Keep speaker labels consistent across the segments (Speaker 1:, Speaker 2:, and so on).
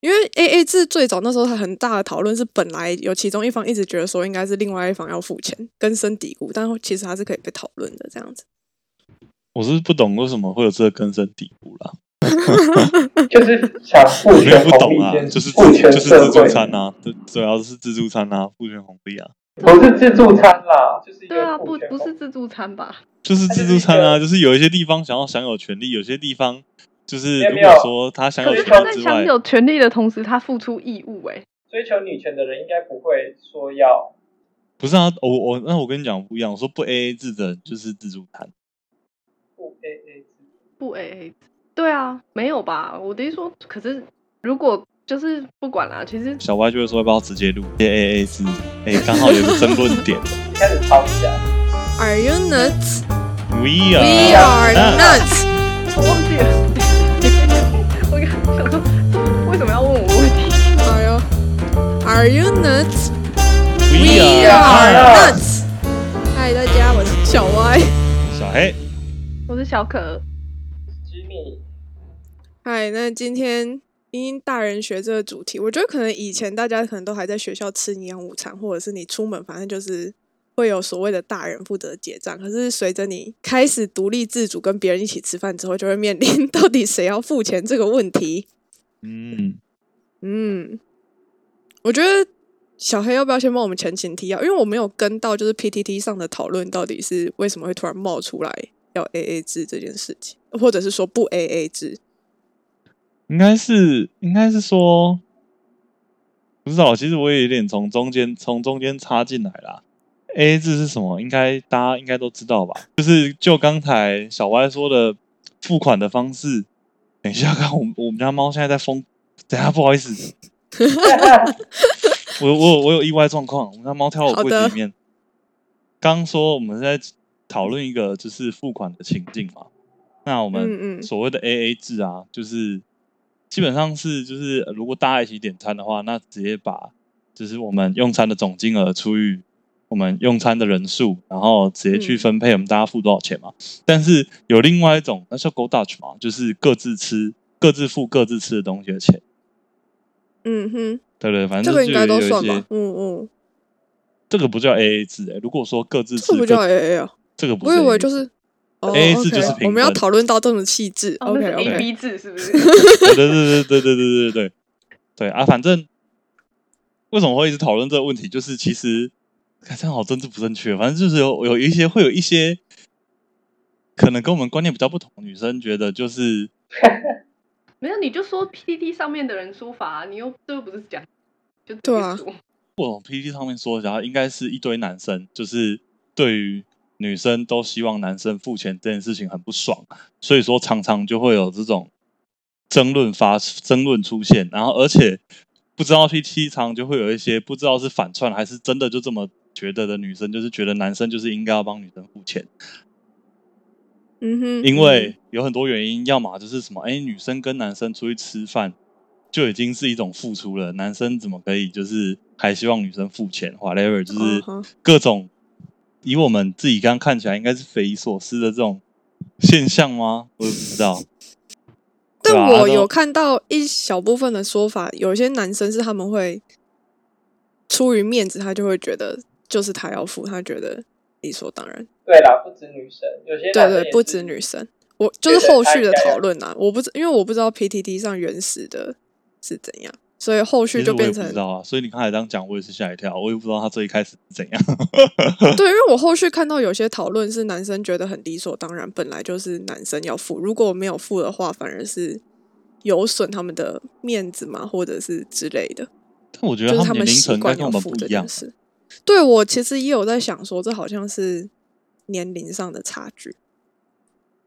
Speaker 1: 因为 A A 制最早那时候它很大的讨论是，本来有其中一方一直觉得说应该是另外一方要付钱，根深蒂固，但其实它是可以被讨论的这样子。
Speaker 2: 我是不懂为什么会有这个根深蒂固啦，
Speaker 3: 就是想父
Speaker 2: 没有
Speaker 3: 权
Speaker 2: 不
Speaker 3: 红
Speaker 2: 懂
Speaker 3: 利
Speaker 2: 啊，
Speaker 3: 间，
Speaker 2: 就是
Speaker 3: 父
Speaker 2: 自
Speaker 3: 权
Speaker 2: 就是
Speaker 3: 社
Speaker 2: 自助
Speaker 3: 会，
Speaker 2: 餐啊，主主要是自助餐啊，父权红利啊，
Speaker 3: 不是自助餐啦，就是一
Speaker 4: 对啊，
Speaker 3: 个哦
Speaker 4: 不
Speaker 3: 父权
Speaker 4: 不
Speaker 3: 红
Speaker 4: 是
Speaker 3: 利
Speaker 4: 自助餐吧？
Speaker 2: 就是自助餐啊，就是有一些地方想要享有权利，有些地方就是
Speaker 3: 没有
Speaker 2: 如
Speaker 3: 没有
Speaker 2: 果说他享有
Speaker 4: 可是
Speaker 2: 权
Speaker 4: 他
Speaker 2: 利
Speaker 4: 在
Speaker 2: 之
Speaker 4: 享
Speaker 2: 外，
Speaker 4: 有权利的同时，他付出义务、欸，
Speaker 3: 追求女权的人应该不会说要
Speaker 2: 不是啊，我我那我跟你讲不一样，我说不 A A 制的就是自助餐，
Speaker 3: 不 A A 制，
Speaker 4: 不 A A 制。对啊，没有吧？我的意思说，可是如果就是不管啦，其实
Speaker 2: 小歪就会说要不要直接录接 A A 制，哎、刚好有个争论点
Speaker 3: 开始吵起来。
Speaker 1: Are you nuts?
Speaker 2: ，We
Speaker 1: We are
Speaker 2: are
Speaker 1: nuts.
Speaker 4: 我忘记了。 我刚想说，为什么要问我问题？
Speaker 1: 哎呦，Are you nuts?
Speaker 2: We
Speaker 1: We
Speaker 2: are
Speaker 1: are nuts. 嗨，大家，我是小歪。
Speaker 2: 小黑，
Speaker 4: 我是小可，
Speaker 3: 吉米，
Speaker 1: 嗨，那今天因大人学这个主题，我觉得可能以前大家可能都还在学校吃营养午餐，或者是你出门，反正就是会有所谓的大人负责结账。可是随着你开始独立自主，跟别人一起吃饭之后，就会面临 到底谁要付钱这个问题。
Speaker 2: 嗯，
Speaker 1: 嗯，我觉得小黑要不要先帮我们前情提要？因为我没有跟到就是 PTT 上的讨论，到底是为什么会突然冒出来要 AA 制这件事情，或者是说不 AA 制？
Speaker 2: 应该是应该是说，不知道，其实我也有点从中间从中间插进来啦。A A 制是什么？应该大家应该都知道吧？就是就刚才小歪说的付款的方式。等一下，看我们我们家猫现在在疯，等一下不好意思，我我有我有意外状况，我们家猫跳到我柜
Speaker 1: 好
Speaker 2: 子
Speaker 1: 的
Speaker 2: 里面。刚说我们在讨论一个就是付款的情境嘛，那我
Speaker 1: 嗯
Speaker 2: 们
Speaker 1: 嗯
Speaker 2: 所谓的 A A 制啊，就是基本上是就是呃如果大家一起点餐的话，那直接把就是我们用餐的总金额除以我们用餐的人数，然后直接去
Speaker 1: 嗯
Speaker 2: 分配我们大家付多少钱嘛。但是有另外一种，那叫 Go Dutch 嘛，就是各自吃、各自付各自吃的东西的钱，
Speaker 1: 嗯哼。
Speaker 2: 对不对？反
Speaker 1: 这
Speaker 2: 正
Speaker 1: 个
Speaker 2: 就
Speaker 1: 应该都
Speaker 2: 有有
Speaker 1: 算
Speaker 2: 一
Speaker 1: 吧
Speaker 2: 些，，
Speaker 1: 嗯嗯，
Speaker 2: 这个不叫 A A 制、欸。如果说各自吃
Speaker 1: 这不
Speaker 2: 各，
Speaker 1: 叫 AA 啊，
Speaker 2: 这个不
Speaker 1: 我
Speaker 2: 是
Speaker 1: 以
Speaker 2: AA 制，
Speaker 1: 为就是哦
Speaker 2: AA 制就是
Speaker 1: OK，
Speaker 2: 平
Speaker 1: 我们要
Speaker 2: 分
Speaker 1: 讨论到这么细致
Speaker 4: 哦，那
Speaker 1: ，OK
Speaker 4: 是 A
Speaker 1: OK，
Speaker 4: B 制是不是？
Speaker 2: 对对对对对对对对对对啊！反正为什么会一直讨论这个问题，就是其实看这样好政治不正确，反正就是有有一些会有一些可能跟我们观念比较不同的女生觉得就是
Speaker 4: 没有，你就说 PPT 上面的人说法、啊，你又这又不是讲，就直接
Speaker 1: 对啊
Speaker 4: 说
Speaker 2: 我从 PPT 上面说，然后应该是一堆男生就是对于女生都希望男生付钱这件事情很不爽，所以说常常就会有这种争论发争论出现，然后而且不知道 PPT 常就会有一些不知道是反串还是真的就这么觉得的女生，就是觉得男生就是应该要帮女生付钱，
Speaker 1: 嗯哼，
Speaker 2: 因为有很多原因，要么就是什么，哎，女生跟男生出去吃饭就已经是一种付出了，男生怎么可以就是还希望女生付钱？whatever，就
Speaker 1: 嗯
Speaker 2: 是
Speaker 1: 哼
Speaker 2: 各种以我们自己刚刚看起来应该是匪夷所思的这种现象吗？我也不知道。对
Speaker 1: 但
Speaker 2: 啊
Speaker 1: 我
Speaker 2: 那
Speaker 1: 有看到一小部分的说法，有些男生是他们会出于面子，他就会觉得就是他要付，他觉得理所当然，
Speaker 3: 对啦，不止女生，有些
Speaker 4: 啊
Speaker 1: 对
Speaker 3: 男生也
Speaker 1: 对，
Speaker 3: 是
Speaker 1: 不止女生，我就是
Speaker 3: 对对
Speaker 1: 后续的
Speaker 3: 他应该要
Speaker 1: 讨论啊，我不知因为我不知道 PTT 上原始的是怎样，所以后续
Speaker 2: 其实
Speaker 1: 就
Speaker 2: 我也
Speaker 1: 变
Speaker 2: 不
Speaker 1: 成
Speaker 2: 知道啊，所以你刚才这样讲，我也是吓一跳，我也不知道他最一开始是怎样。
Speaker 1: 对，因为我后续看到有些讨论是男生觉得很理所当然，本来就是男生要付，如果没有付的话，反而是有损他们的面子嘛，或者是之类的，
Speaker 2: 但我觉
Speaker 1: 就
Speaker 2: 得
Speaker 1: 是
Speaker 2: 们
Speaker 1: 们
Speaker 2: 年龄
Speaker 1: 习
Speaker 2: 层应该
Speaker 1: 惯
Speaker 2: 跟
Speaker 1: 要
Speaker 2: 我们
Speaker 1: 付
Speaker 2: 不
Speaker 1: 这
Speaker 2: 一样啊
Speaker 1: 件。事。对我其实也有在想说，这好像是年龄上的差距，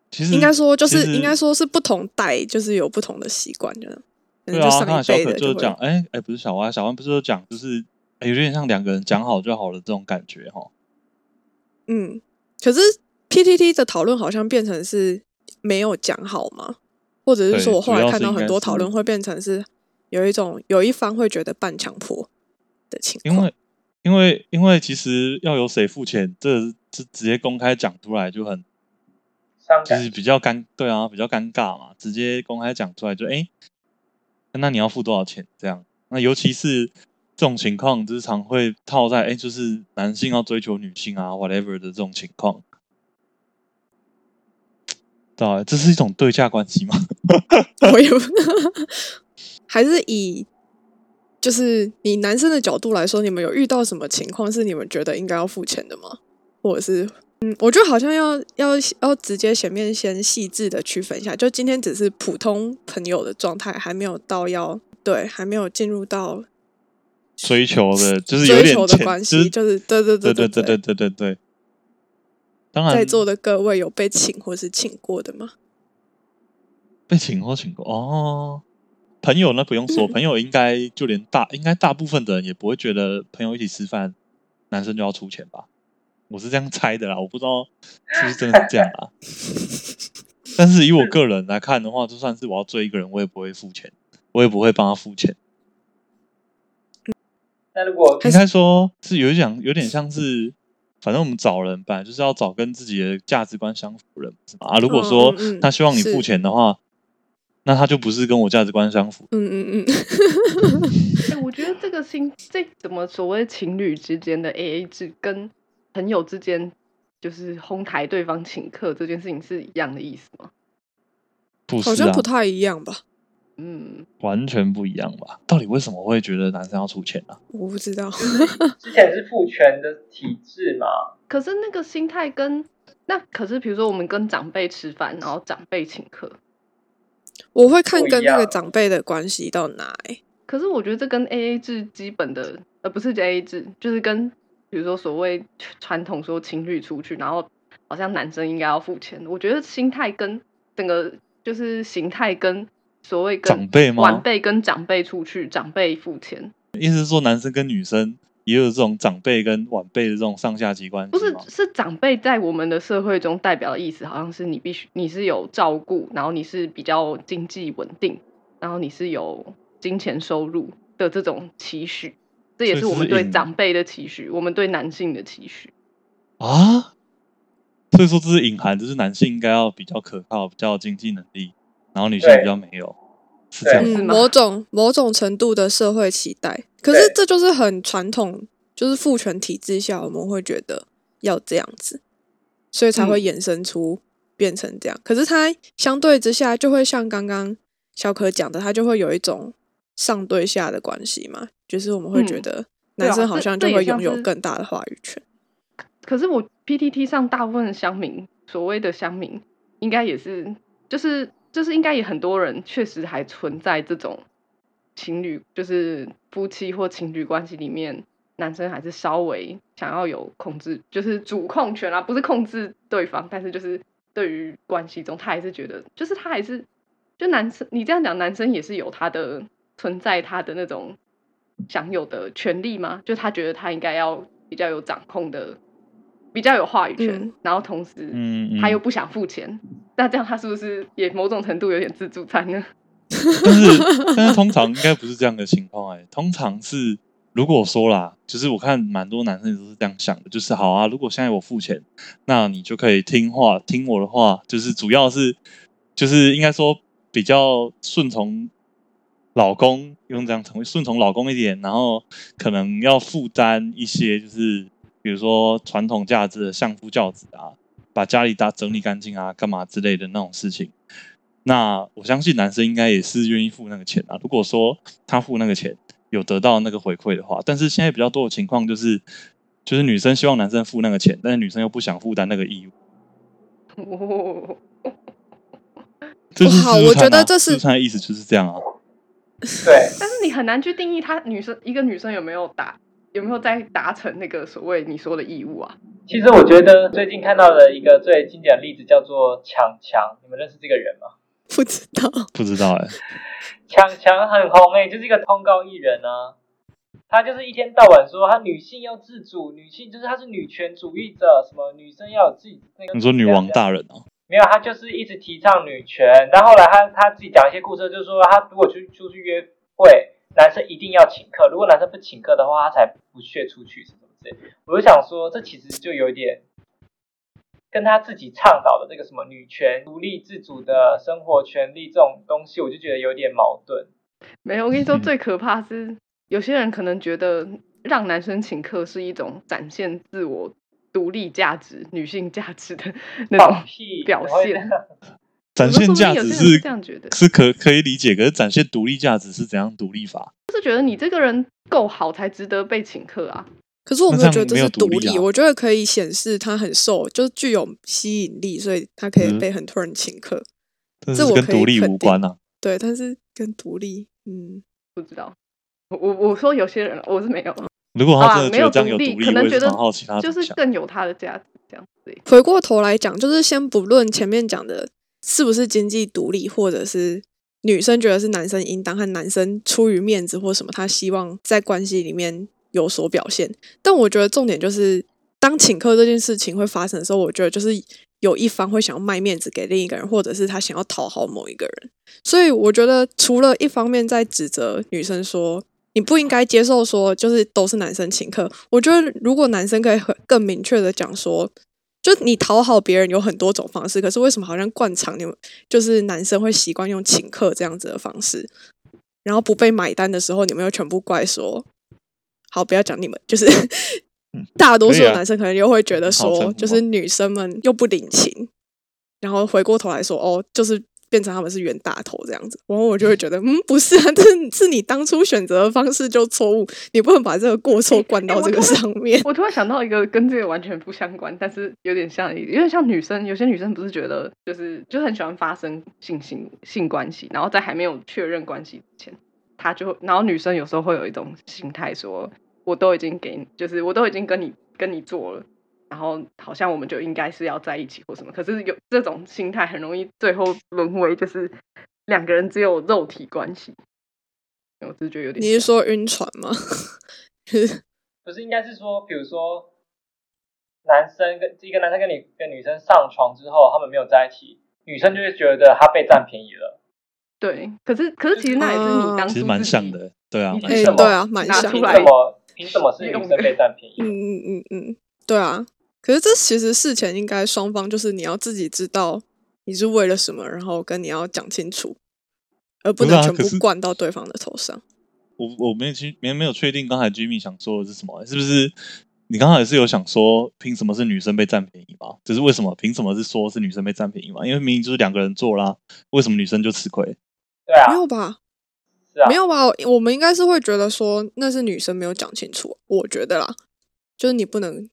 Speaker 2: 其实
Speaker 1: 应该说就
Speaker 2: 嗯其
Speaker 1: 是
Speaker 2: 实
Speaker 1: 应该说是不同代就是有不同的习惯的，可能
Speaker 2: 对
Speaker 1: 就
Speaker 2: 啊，
Speaker 1: 上
Speaker 2: 刚才
Speaker 1: 一
Speaker 2: 小
Speaker 1: 辈
Speaker 2: 可
Speaker 1: 的
Speaker 2: 就是
Speaker 1: 会
Speaker 2: 讲，哎、哎、不是小歪，小歪不是就讲，就是、哎有点像两个人讲好就好了这种感觉哈。
Speaker 1: 嗯，可是 PTT 的讨论好像变成是没有讲好嘛，或者是
Speaker 2: 对
Speaker 1: 说我后
Speaker 2: 主要
Speaker 1: 来
Speaker 2: 是
Speaker 1: 看到很多
Speaker 2: 应该是
Speaker 1: 讨论会变成是有一种有一方会觉得半强迫的情
Speaker 2: 因
Speaker 1: 况，
Speaker 2: 为因为因为其实要由谁付钱，这这直接公开讲出来就很
Speaker 3: 伤
Speaker 2: 就
Speaker 3: 感
Speaker 2: 是比较尴，对啊，比较尴尬嘛，直接公开讲出来就哎、诶那你要付多少钱？这样，那尤其是这种情况，就是常会套在哎、诶就是男性要追求女性啊，whatever 的这种情况。对啊，这是一种对价关系吗？
Speaker 1: 我也不 还是以就是以男生的角度来说，你们有遇到什么情况是你们觉得应该要付钱的吗？或者是嗯，我觉得好像要要要直接前面先细致的区分一下，就今天只是普通朋友的状态，还没有到要对，还没有进入到
Speaker 2: 追求的，就是有
Speaker 1: 追
Speaker 2: 点
Speaker 1: 求的
Speaker 2: 钱
Speaker 1: 关系，就是对对
Speaker 2: 对
Speaker 1: 对
Speaker 2: 对对
Speaker 1: 对，
Speaker 2: 对对对。当然，
Speaker 1: 在座的各位有被请或是请过的吗？
Speaker 2: 被请或请过哦。朋友那不用说，
Speaker 1: 嗯
Speaker 2: 朋友应该就连大应该大部分的人也不会觉得朋友一起吃饭，男生就要出钱吧？我是这样猜的啦，我不知道是不是真的是这样 啊。但是以我个人来看的话，就算是我要追一个人，我也不会付钱，我也不会帮他付钱。
Speaker 3: 那如 果
Speaker 1: 还
Speaker 2: 应
Speaker 1: 是
Speaker 2: 该说是有一讲有点像是，反正我们找人本来就是要找跟自己的价值观相符的人是吗啊。如果说
Speaker 1: 嗯嗯嗯
Speaker 2: 他希望你
Speaker 1: 是
Speaker 2: 付钱的话，那他就不是跟我价值观相符。
Speaker 1: 嗯嗯嗯，
Speaker 4: 哎，我觉得这个心，这怎么所谓情侣之间的 A A 制，跟朋友之间就是哄抬对方请客这件事情是一样的意思吗？
Speaker 2: 不
Speaker 1: 好
Speaker 2: 是
Speaker 1: 像
Speaker 2: 啊
Speaker 1: 不，太一样吧？
Speaker 4: 嗯，
Speaker 2: 完全不一样吧？到底为什么会觉得男生要出钱啊呢、
Speaker 1: 我不知道。
Speaker 3: 之前是父权的体制嘛，
Speaker 4: 可是那个心态跟那可是，比如说我们跟长辈吃饭，然后长辈请客，
Speaker 1: 我会看
Speaker 3: 不一
Speaker 1: 跟那个
Speaker 3: 样
Speaker 1: 长辈的关系到哪、欸。
Speaker 4: 可是我觉得这跟 A A 制基本的，呃，不是 A A 制，就是跟比如说所谓传统说情侣出去，然后好像男生应该要付钱。我觉得心态跟整个就是形态跟所谓跟
Speaker 2: 长辈吗
Speaker 4: 晚辈跟长辈出去，长辈付钱，
Speaker 2: 意思是说，男生跟女生也有这种长辈跟晚辈的这种上下级关
Speaker 4: 不
Speaker 2: 系
Speaker 4: 是
Speaker 2: 吗？
Speaker 4: 是长辈在我们的社会中代表的意思，好像是你必须你是有照顾，然后你是比较经济稳定，然后你是有金钱收入的这种期许。这也
Speaker 2: 所以
Speaker 4: 是我
Speaker 2: 是
Speaker 4: 们对
Speaker 2: 引
Speaker 4: 长辈的期许，我们对男性的期许。
Speaker 2: 啊，所以说这是隐含，就是男性应该要比较可靠，比较有经济能力，然后女性
Speaker 3: 对
Speaker 2: 比较没有，是这样
Speaker 4: 对
Speaker 2: 吗。
Speaker 4: 是
Speaker 1: 嗯，
Speaker 4: 吗
Speaker 1: 某种某种程度的社会期待，可是
Speaker 3: 对
Speaker 1: 这就是很传统，就是父权体制下，我们会觉得要这样子，所以才
Speaker 4: 嗯
Speaker 1: 会衍生出变成这样。可是它相对之下，就会像刚刚小可讲的，它就会有一种上对下的关系嘛，就是我们会觉
Speaker 4: 嗯
Speaker 1: 得
Speaker 4: 对啊
Speaker 1: 男生
Speaker 4: 这
Speaker 1: 好像
Speaker 4: 这
Speaker 1: 就
Speaker 4: 也
Speaker 1: 会
Speaker 4: 像
Speaker 1: 拥有
Speaker 4: 是
Speaker 1: 更大的话语权。
Speaker 4: 可是我 PTT 上大部分的乡民，所谓的乡民，应该也是，就是就是应该也很多人确实还存在这种情侣，就是夫妻或情侣关系里面，男生还是稍微想要有控制，就是主控权啊，不是控制对方，但是就是对于关系中，他还是觉得，就是他还是就男生，你这样讲，男生也是有他的存在，他的那种享有的权利吗？就他觉得他应该要比较有掌控的，比较有话语权，
Speaker 1: 嗯
Speaker 4: 然后同时，
Speaker 2: 嗯嗯
Speaker 4: 他又不想付钱，那这样他是不是也某种程度有点自助餐呢？
Speaker 2: 但是但是通常应该不是这样的情况哎、通常是如果说啦，就是我看蛮多男生也都是这样想的，就是好啊，如果现在我付钱，那你就可以听话，听我的话，就是主要是就是应该说比较顺从老公，用这样成为顺从老公一点，然后可能要负担一些就是比如说传统价值的相夫教子啊，把家里打整理干净啊，干嘛之类的那种事情。那我相信男生应该也是愿意付那个钱啊。如果说他付那个钱有得到那个回馈的话，但是现在比较多的情况就是，就是女生希望男生付那个钱，但是女生又不想负担那个义务。
Speaker 4: 哦，
Speaker 2: 这是
Speaker 1: 好
Speaker 2: 自助餐啊
Speaker 1: 我觉得这是
Speaker 2: 自助餐的意思就是这样啊。
Speaker 3: 对，
Speaker 4: 但是你很难去定义她女生一个女生有没有达有没有在达成那个所谓你说的义务啊？
Speaker 3: 其实我觉得最近看到了一个最经典的例子，叫做强强。你们认识这个人吗？
Speaker 1: 不知道，
Speaker 2: 不知道哎、
Speaker 3: 强强很红诶、就是一个通告艺人啊。他就是一天到晚说他女性要自主，女性就是他是女权主义者，什么女生要有自己那个。
Speaker 2: 你说女王大人哦、
Speaker 3: 没有，他就是一直提倡女权，但后来他他自己讲一些故事，就是说他如果去出去约会，男生一定要请客，如果男生不请客的话，他才不屑出去什么之类的。我就想说，这其实就有点跟他自己倡导的这个什么女权、独立自主的生活权利这种东西，我就觉得有点矛盾。
Speaker 4: 没有，我跟你说，
Speaker 2: 嗯
Speaker 4: 最可怕是有些人可能觉得让男生请客是一种展现自我独立价值、女性价值的那种
Speaker 3: 放屁
Speaker 4: 表
Speaker 3: 怎么会
Speaker 4: 现。
Speaker 2: 哦展现价
Speaker 4: 我说
Speaker 2: 值
Speaker 4: 说不定有些人
Speaker 2: 是
Speaker 4: 是这样觉得
Speaker 2: 是可可以理解，可是展现独立价值是怎样独立法？
Speaker 4: 就是觉得你这个人够好才值得被请客啊。
Speaker 1: 可是我没
Speaker 2: 那
Speaker 1: 有
Speaker 2: 这样
Speaker 1: 觉得这
Speaker 2: 没有
Speaker 1: 是
Speaker 2: 独
Speaker 1: 独
Speaker 2: 立
Speaker 1: 立，
Speaker 2: 啊
Speaker 1: 我觉得可以显示他很受，就是具有吸引力，所以他可以
Speaker 2: 嗯
Speaker 1: 被很多人请客。
Speaker 2: 但
Speaker 1: 这
Speaker 2: 是
Speaker 1: 我
Speaker 2: 跟
Speaker 1: 可以
Speaker 2: 独立
Speaker 1: 肯
Speaker 2: 无关
Speaker 1: 定
Speaker 2: 啊。
Speaker 1: 对，但是跟独立，嗯，
Speaker 4: 不知道，我我我说有些人，我是没有，
Speaker 2: 如果
Speaker 4: 好
Speaker 2: 他
Speaker 4: 啦
Speaker 2: 真的觉
Speaker 4: 没
Speaker 2: 得
Speaker 4: 有
Speaker 2: 这样
Speaker 4: 独
Speaker 2: 有独立，
Speaker 4: 立可能
Speaker 2: 我也
Speaker 4: 觉得
Speaker 2: 常好奇他怎
Speaker 4: 就
Speaker 2: 么
Speaker 4: 是
Speaker 2: 想。
Speaker 4: 更有他的价值这样子而已。
Speaker 1: 回过头来讲，就是先不论前面讲的是不是经济独立，或者是女生觉得是男生应当和男生出于面子或什么，他希望在关系里面有所表现。但我觉得重点就是，当请客这件事情会发生的时候，我觉得就是有一方会想要卖面子给另一个人，或者是他想要讨好某一个人。所以我觉得，除了一方面在指责女生说你不应该接受说就是都是男生请客，我觉得如果男生可以很更明确的讲说，就你讨好别人有很多种方式，可是为什么好像惯常你们就是男生会习惯用请客这样子的方式，然后不被买单的时候，你们又全部怪说，好不要讲你们，就是大多数
Speaker 2: 可以
Speaker 1: 的
Speaker 2: 啊
Speaker 1: 男生可能又会觉得
Speaker 2: 很好称
Speaker 1: 说，
Speaker 2: 呼
Speaker 1: 就
Speaker 2: 啊
Speaker 1: 是女生们又不领情，然后回过头来说，哦，就是变成他们是冤大头这样子，然后我就会觉得，嗯，不是啊，这 是是你当初选择的方式就错误，你不能把这个过错灌
Speaker 4: 哎
Speaker 1: 到
Speaker 4: 我
Speaker 1: 这个
Speaker 4: 突然
Speaker 1: 上面。
Speaker 4: 我突然想到一个跟这个完全不相关，但是有点像，有点像女生，有些女生不是觉得就是就很喜欢发生性性性关系，然后在还没有确认关系之前，她就然后女生有时候会有一种心态说，我都已经给你，就是我都已经跟你跟你做了。然后好像我们就应该是要在一起或什么，可是有这种心态很容易最后沦为就是两个人只有肉体关系，我只是觉得有点
Speaker 1: 你是
Speaker 4: 像
Speaker 1: 说晕船吗？
Speaker 3: 不是应该是说，比如说男生跟一个男生跟你跟女生上床之后，他们没有在一起，女生就会觉得他被占便宜了。
Speaker 4: 对，可是可是其实那也是你
Speaker 1: 哦
Speaker 4: 当
Speaker 2: 嗯其
Speaker 4: 初自
Speaker 2: 实
Speaker 4: 己
Speaker 2: 蛮像的，对啊，
Speaker 4: 你
Speaker 2: 蛮
Speaker 1: 哎、
Speaker 3: 凭什
Speaker 2: 像
Speaker 3: 么
Speaker 1: 对
Speaker 2: 的。
Speaker 1: 啊，蛮
Speaker 4: 拿
Speaker 1: 像
Speaker 4: 出
Speaker 3: 凭
Speaker 1: 的
Speaker 4: 来
Speaker 3: 什。么？凭什么是女生被占便宜
Speaker 1: 嗯
Speaker 3: 了？
Speaker 1: 嗯嗯嗯，对啊。可是这其实事前应该双方就是你要自己知道你是为了什么，然后跟你要讲清楚，而不
Speaker 2: 不是
Speaker 1: 能
Speaker 2: 啊
Speaker 1: 全
Speaker 2: 可
Speaker 1: 部
Speaker 2: 是
Speaker 1: 灌到对方的头上。
Speaker 2: 我我没有去没没有确定刚才 Jimmy 想说的是什么，是不是？你刚才是有想说，凭什么是女生被占便宜吗？就是为什么？凭什么是说是女生被占便宜吗？因为明明就是两个人做啦，为什么女生就吃亏？
Speaker 3: 对啊
Speaker 1: 没，有吧？
Speaker 3: 是啊，
Speaker 1: 没有吧？我们应该是会觉得说那是女生没有讲清楚，我觉得啦，就是你不能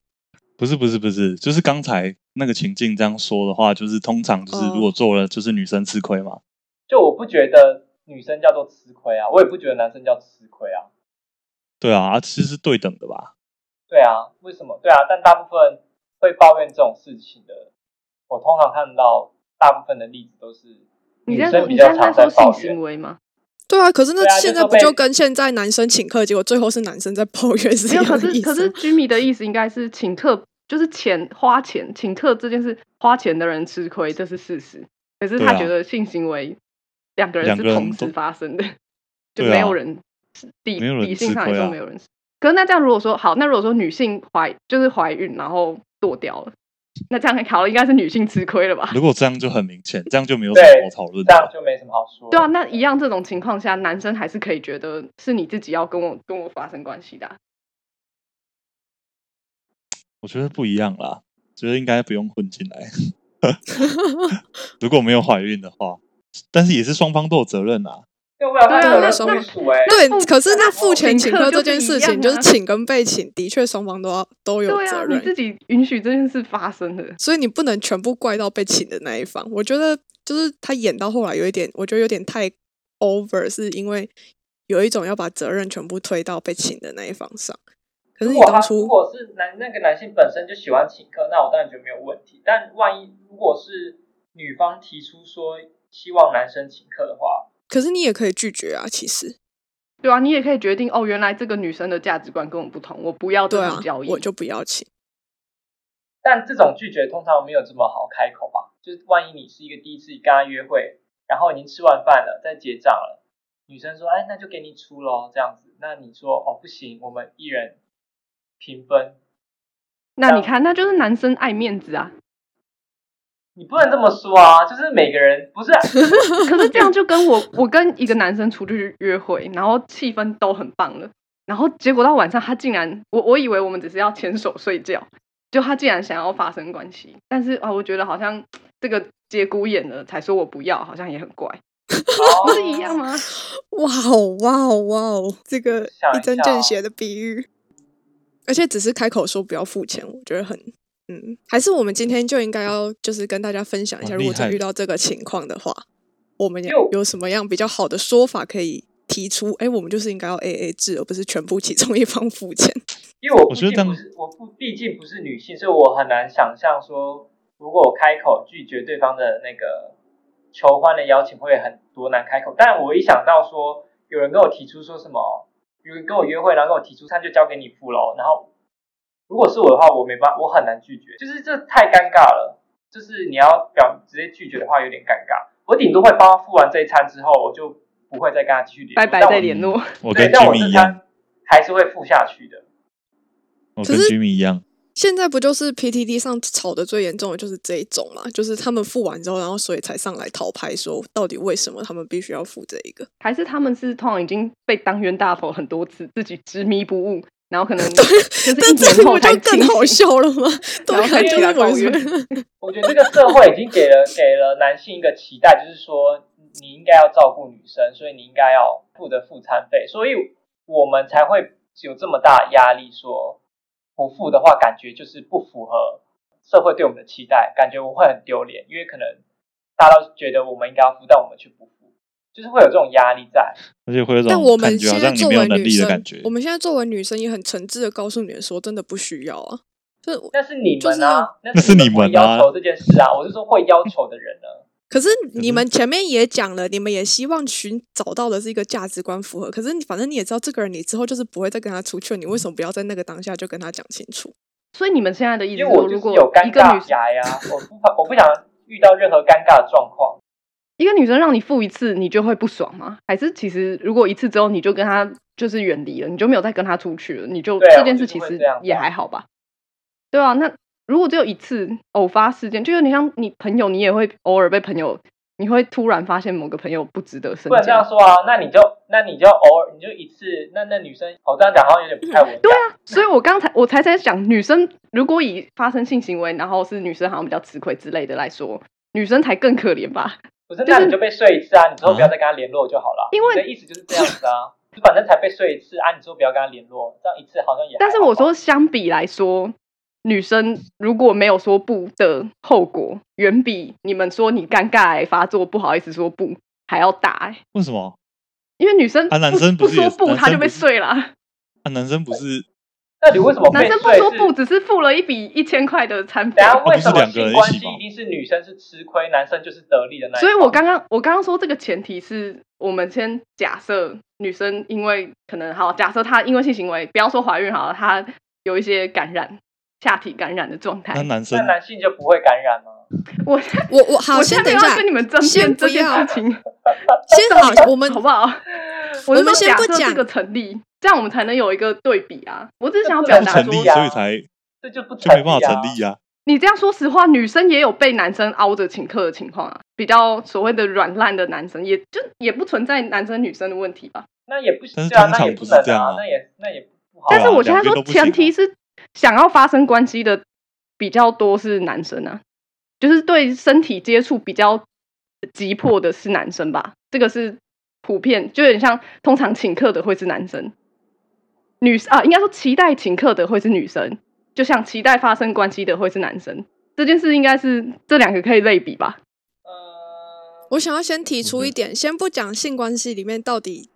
Speaker 2: 不是不是不是，就是刚才那个情境这样说的话，就是通常就是
Speaker 1: 哦
Speaker 2: 如果
Speaker 3: 嗯
Speaker 2: 做了，就是女生吃亏嘛。
Speaker 3: 就我不觉得女生叫做吃亏啊，我也不觉得男生叫吃亏啊。
Speaker 2: 对啊，啊其实是对等的吧？
Speaker 3: 对啊，为什么？对啊，但大部分会抱怨这种事情的，我通常看到大部分的例子都是
Speaker 4: 你
Speaker 3: 女
Speaker 4: 在
Speaker 3: 生
Speaker 4: 说
Speaker 3: 比
Speaker 4: 你
Speaker 3: 较
Speaker 4: 现在
Speaker 3: 常
Speaker 4: 在说性
Speaker 3: 抱怨
Speaker 4: 行。为吗？
Speaker 1: 对啊。可是
Speaker 3: 对啊
Speaker 1: 那
Speaker 3: 就
Speaker 1: 现在
Speaker 3: 说
Speaker 1: 不就
Speaker 3: 被
Speaker 1: 跟现在男生请客，结果最后是男生在抱怨是一
Speaker 4: 没有，
Speaker 1: 样
Speaker 4: 可
Speaker 1: 的意
Speaker 4: 是
Speaker 1: 思吗？
Speaker 4: 可是 Jimmy 的意思应该是请客，就是钱花钱请客这件事，花钱的人吃亏，这是事实。可是
Speaker 2: 对
Speaker 4: 他
Speaker 2: 啊
Speaker 4: 觉得性行为两个人
Speaker 2: 两
Speaker 4: 是
Speaker 2: 个人
Speaker 4: 同
Speaker 2: 都
Speaker 4: 时发生的，就
Speaker 2: 对啊
Speaker 4: 没有人是理
Speaker 2: 没有人
Speaker 4: 理性
Speaker 2: 吃
Speaker 4: 上来
Speaker 2: 亏
Speaker 4: 说
Speaker 2: 啊
Speaker 4: 没有人是。可是那这样如果说好，那如果说女性怀就是怀孕然后堕掉了，那这样考了应该是女性吃亏了吧？
Speaker 2: 如果这样就很明显，这样就没有什么
Speaker 3: 对
Speaker 2: 好讨论
Speaker 3: 这
Speaker 2: 的啊
Speaker 3: 样。就没什么好说。
Speaker 4: 对啊，那一样这种情况下，男生还是可以觉得是你自己要跟我跟我发生关系的啊、
Speaker 2: 我觉得不一样啦，觉得应该不用混进来。 如果没有怀孕的话，但是也是双方都有责任啦。
Speaker 3: 对，我想
Speaker 4: 对啊
Speaker 3: 看有人
Speaker 1: 那
Speaker 3: 归属哎，
Speaker 1: 对
Speaker 4: 付，
Speaker 1: 可是那
Speaker 4: 付
Speaker 1: 付钱
Speaker 4: 请
Speaker 1: 请
Speaker 4: 客
Speaker 1: 客
Speaker 4: 就
Speaker 1: 这
Speaker 4: 是
Speaker 1: 件事
Speaker 4: 一样
Speaker 1: 情，就是
Speaker 4: 啊
Speaker 1: 请跟被请，的确双方都要都有
Speaker 4: 对啊，
Speaker 1: 责
Speaker 4: 你
Speaker 1: 任。
Speaker 4: 自己允许这件事发生的。
Speaker 1: 所以你不能全部怪到被请的那一方。我觉得就是他演到后来有一点，我觉得有点太 over，是因为有一种要把责任全部推到被请的那一方上。可是
Speaker 3: 如
Speaker 1: 你
Speaker 3: 果
Speaker 1: 当
Speaker 3: 他如
Speaker 1: 初
Speaker 3: 果是男那个男性本身就喜欢请客，那我当然觉得没有问题。但万一如果是女方提出说希望男生请客的话，
Speaker 1: 可是你也可以拒绝啊，其实
Speaker 4: 对啊，你也可以决定哦，原来这个女生的价值观跟我不同，我不要
Speaker 1: 对
Speaker 4: 这
Speaker 1: 啊
Speaker 4: 种交，易。
Speaker 1: 我就不要请。
Speaker 3: 但这种拒绝通常没有这么好开口吧？就是万一你是一个第一次跟他约会，然后已经吃完饭了，在结账了，女生说：“哎，那就给你出喽。”这样子，那你说：“哦，不行，我们一人平分。
Speaker 4: 那你看，那就是男生爱面子啊，”
Speaker 3: 你不能这么说啊，就是每个人不是 啊
Speaker 4: 可是这样就跟我我跟一个男生出去约会，然后气氛都很棒了，然后结果到晚上他竟然我我以为我们只是要牵手睡觉，就他竟然想要发生关系，但是啊，我觉得好像这个节骨眼了才说我不要，好像也很怪，
Speaker 3: 哦
Speaker 4: 不是一样？吗？
Speaker 1: 哇哦哇哦哇哦，这个
Speaker 3: 吓一
Speaker 1: 一针
Speaker 3: 跳
Speaker 1: 见血的比喻，而且只是开口说不要付钱，我觉得很嗯，还是我们今天就应该要就是跟大家分享一下，
Speaker 2: 哇
Speaker 1: 如果
Speaker 2: 哦厉害
Speaker 1: 真遇到这个情况的话，我们
Speaker 3: 哟
Speaker 1: 有有什么样比较好的说法可以提出？哎，我们就是应该要 A A 制，而不是全部其中一方付钱。
Speaker 3: 因为我
Speaker 2: 我
Speaker 3: 毕
Speaker 2: 觉得
Speaker 3: 竟不
Speaker 2: 这
Speaker 3: 是我不毕竟不是女性，所以我很难想象说，如果我开口拒绝对方的那个求欢的邀请，会很多难开口。但我一想到说，有人跟我提出说什么，有人跟我约会，然后跟我提出餐就交给你付喽，然后如果是我的话，我没办法，我很难拒绝，就是这太尴尬了。就是你要表直接拒绝的话，有点尴尬。我顶多会帮他付完这一餐之后，我就不会再跟他继续联络。
Speaker 4: 拜拜
Speaker 3: 但我
Speaker 4: 再联络。
Speaker 2: 我
Speaker 3: 对
Speaker 2: 跟
Speaker 3: 但我这
Speaker 2: Jimmy 一样，
Speaker 3: 餐还是会付下去的。
Speaker 2: 我
Speaker 1: 可
Speaker 2: 跟
Speaker 1: 是
Speaker 2: Jimmy 一样，
Speaker 1: 现在不就是 PTT 上吵得最严重的就是这一种嘛？就是他们付完之后，然后所以才上来讨拍，说到底为什么他们必须要付这一个？
Speaker 4: 还是他们是通常已经被当冤大头很多次，自己执迷不悟，然后 可能就是一
Speaker 1: 但这
Speaker 4: 年
Speaker 1: 样
Speaker 4: 后
Speaker 1: 不
Speaker 4: 才
Speaker 1: 就更
Speaker 4: 清
Speaker 1: 好
Speaker 4: 醒
Speaker 1: 笑了 吗？对
Speaker 4: 然后
Speaker 1: 啊，
Speaker 4: 开
Speaker 1: 就
Speaker 4: 始来
Speaker 1: 是
Speaker 4: 抱
Speaker 1: 我
Speaker 4: 怨
Speaker 1: 觉得
Speaker 3: 我觉得这个社会已经给了给了男性一个期待，就是说你应该要照顾女生，所以你应该要负责付餐费，所以我们才会有这么大的压力说不付的话，感觉就是不符合社会对我们的期待，感觉我会很丢脸，因为可能大家都觉得我们应该要付，但我们却不付，就是会有这种压力在。
Speaker 2: 而且会有一
Speaker 1: 但
Speaker 2: 种
Speaker 1: 我们
Speaker 2: 感觉好
Speaker 1: 现在
Speaker 2: 像你
Speaker 1: 作
Speaker 2: 没有
Speaker 1: 为
Speaker 2: 能
Speaker 1: 女
Speaker 2: 力的
Speaker 1: 生，
Speaker 2: 感觉
Speaker 1: 我。们现在作为女生也很诚挚的告诉你们说，真的不需要啊。就是，
Speaker 3: 那是你
Speaker 1: 就是
Speaker 3: 们啊，那
Speaker 2: 那是你
Speaker 3: 会
Speaker 2: 们啊
Speaker 3: 要求这件事啊，我是说会要求的人呢、啊
Speaker 1: 可是
Speaker 2: 是
Speaker 1: 你们前面也讲了，你们也希望寻找到的是一个价值观符合。可是你反正你也知道，这个人你之后就是不会再跟他出去了，你为什么不要在那个当下就跟他讲清楚？
Speaker 4: 所以你们现在的意思
Speaker 3: 因
Speaker 4: 是
Speaker 3: 为我
Speaker 4: 说，
Speaker 3: 就
Speaker 4: 如
Speaker 3: 是
Speaker 4: 果
Speaker 3: 有尴
Speaker 4: 一个女
Speaker 3: 尬癌呀、我不怕，我不想遇到任何尴尬的状况。
Speaker 4: 一个女生让你付一次，你就会不爽吗？还是其实如果一次之后你就跟她就是远离了，你就没有再跟她出去了，你就
Speaker 3: 对啊
Speaker 4: 这件事
Speaker 3: 我就是
Speaker 4: 其
Speaker 3: 会
Speaker 4: 实
Speaker 3: 这样
Speaker 4: 也
Speaker 3: 吧
Speaker 4: 还好吧？对啊，那如果只有一次偶发事件，就有点像你朋友，你也会偶尔被朋友，你会突然发现某个朋友不值得深
Speaker 3: 不能这样
Speaker 4: 交。
Speaker 3: 说啊，那你就那你就偶尔你就一次，那那女生哦我这样讲好像有点不太文雅。
Speaker 4: 对啊，所以我刚才我才在讲，女生如果以发生性行为，然后是女生好像比较吃亏之类的来说，女生才更可怜吧？
Speaker 2: 啊
Speaker 3: 不是，
Speaker 4: 就是
Speaker 3: 那你就被睡一次啊，你之后不要再跟她联络就好了。
Speaker 4: 因为
Speaker 3: 你的意思就是这样子啊，就反正才被睡一次啊，你之后不要跟她联络，这样一次好像也还好吧。
Speaker 4: 但是我说，相比来说，女生如果没有说不的后果，远比你们说你尴尬癌发作不好意思说不还要大、欸。
Speaker 2: 为什么
Speaker 4: 因为女生
Speaker 2: 啊男生
Speaker 4: 不
Speaker 2: 不是也
Speaker 4: 说
Speaker 2: 是
Speaker 4: 不，
Speaker 2: 男
Speaker 4: 她就
Speaker 2: 生
Speaker 4: 被
Speaker 2: 不是
Speaker 4: 睡啦。
Speaker 3: 哦
Speaker 2: 啊？男生不是
Speaker 3: 那你为什么被睡
Speaker 4: 男生
Speaker 3: 是？
Speaker 4: 不说不，只是付了一笔一千块的餐费
Speaker 3: 等。下为什
Speaker 2: 哦不是
Speaker 3: 么
Speaker 2: 两个人
Speaker 3: 性
Speaker 2: 一起
Speaker 3: 关系
Speaker 2: 吗
Speaker 3: 一定是女生是吃亏，男生就是得利的那一方？
Speaker 4: 所以我刚刚我刚刚说这个前提是我们先假设女生因为可能好，假设她因为性行为，不要说怀孕好了，她有一些感染下体感染的状态
Speaker 2: 那。男生
Speaker 3: 哎那男性就不会感染吗？
Speaker 4: 我
Speaker 1: 我我好，
Speaker 4: 我
Speaker 1: 先
Speaker 4: 现在
Speaker 1: 等
Speaker 4: 没
Speaker 1: 一
Speaker 4: 有要
Speaker 1: 下，
Speaker 4: 跟你们争
Speaker 1: 先
Speaker 4: 辩
Speaker 1: 不
Speaker 4: 这件
Speaker 1: 要
Speaker 4: 事情。
Speaker 1: 先好，我们
Speaker 4: 好 不好？我
Speaker 1: 我
Speaker 4: 是
Speaker 1: 们
Speaker 4: 说
Speaker 1: 先
Speaker 4: 假
Speaker 1: 不
Speaker 4: 设
Speaker 1: 讲
Speaker 4: 这个成立，这样我们才能有一个对比啊。我只是想要
Speaker 3: 这
Speaker 4: 表
Speaker 2: 不
Speaker 4: 达
Speaker 2: 成立，啊
Speaker 4: 说，
Speaker 3: 啊
Speaker 2: 所以才
Speaker 3: 这就不
Speaker 2: 就没办法
Speaker 3: 立啊
Speaker 2: 成立啊。
Speaker 4: 你这样说实话，女生也有被男生凹着请客的情况啊，比较所谓的软烂的男生，也就也不存在男生女生的问题吧。
Speaker 3: 那也不行，
Speaker 2: 但是
Speaker 3: 对啊，
Speaker 2: 通
Speaker 3: 那
Speaker 2: 常
Speaker 3: 也
Speaker 2: 不是
Speaker 3: 能
Speaker 2: 这样
Speaker 3: 啊
Speaker 2: 啊，
Speaker 3: 那也那也不好啊。
Speaker 4: 但是我
Speaker 2: 觉
Speaker 4: 现
Speaker 2: 得
Speaker 4: 在
Speaker 2: 两边都
Speaker 4: 说，
Speaker 2: 不行啊
Speaker 4: 前提是想要发生关系的比较多是男生啊，就是对身体接触比较急迫的是男生吧？这个是普遍，就有点像通常请客的会是男生，女啊，应该说期待请客的会是女生，就像期待发生关系的会是男生。这件事应该是这两个可以类比吧？
Speaker 3: 呃，
Speaker 1: 我想要先提出
Speaker 2: 对
Speaker 1: 一点，先不讲性关系里面到底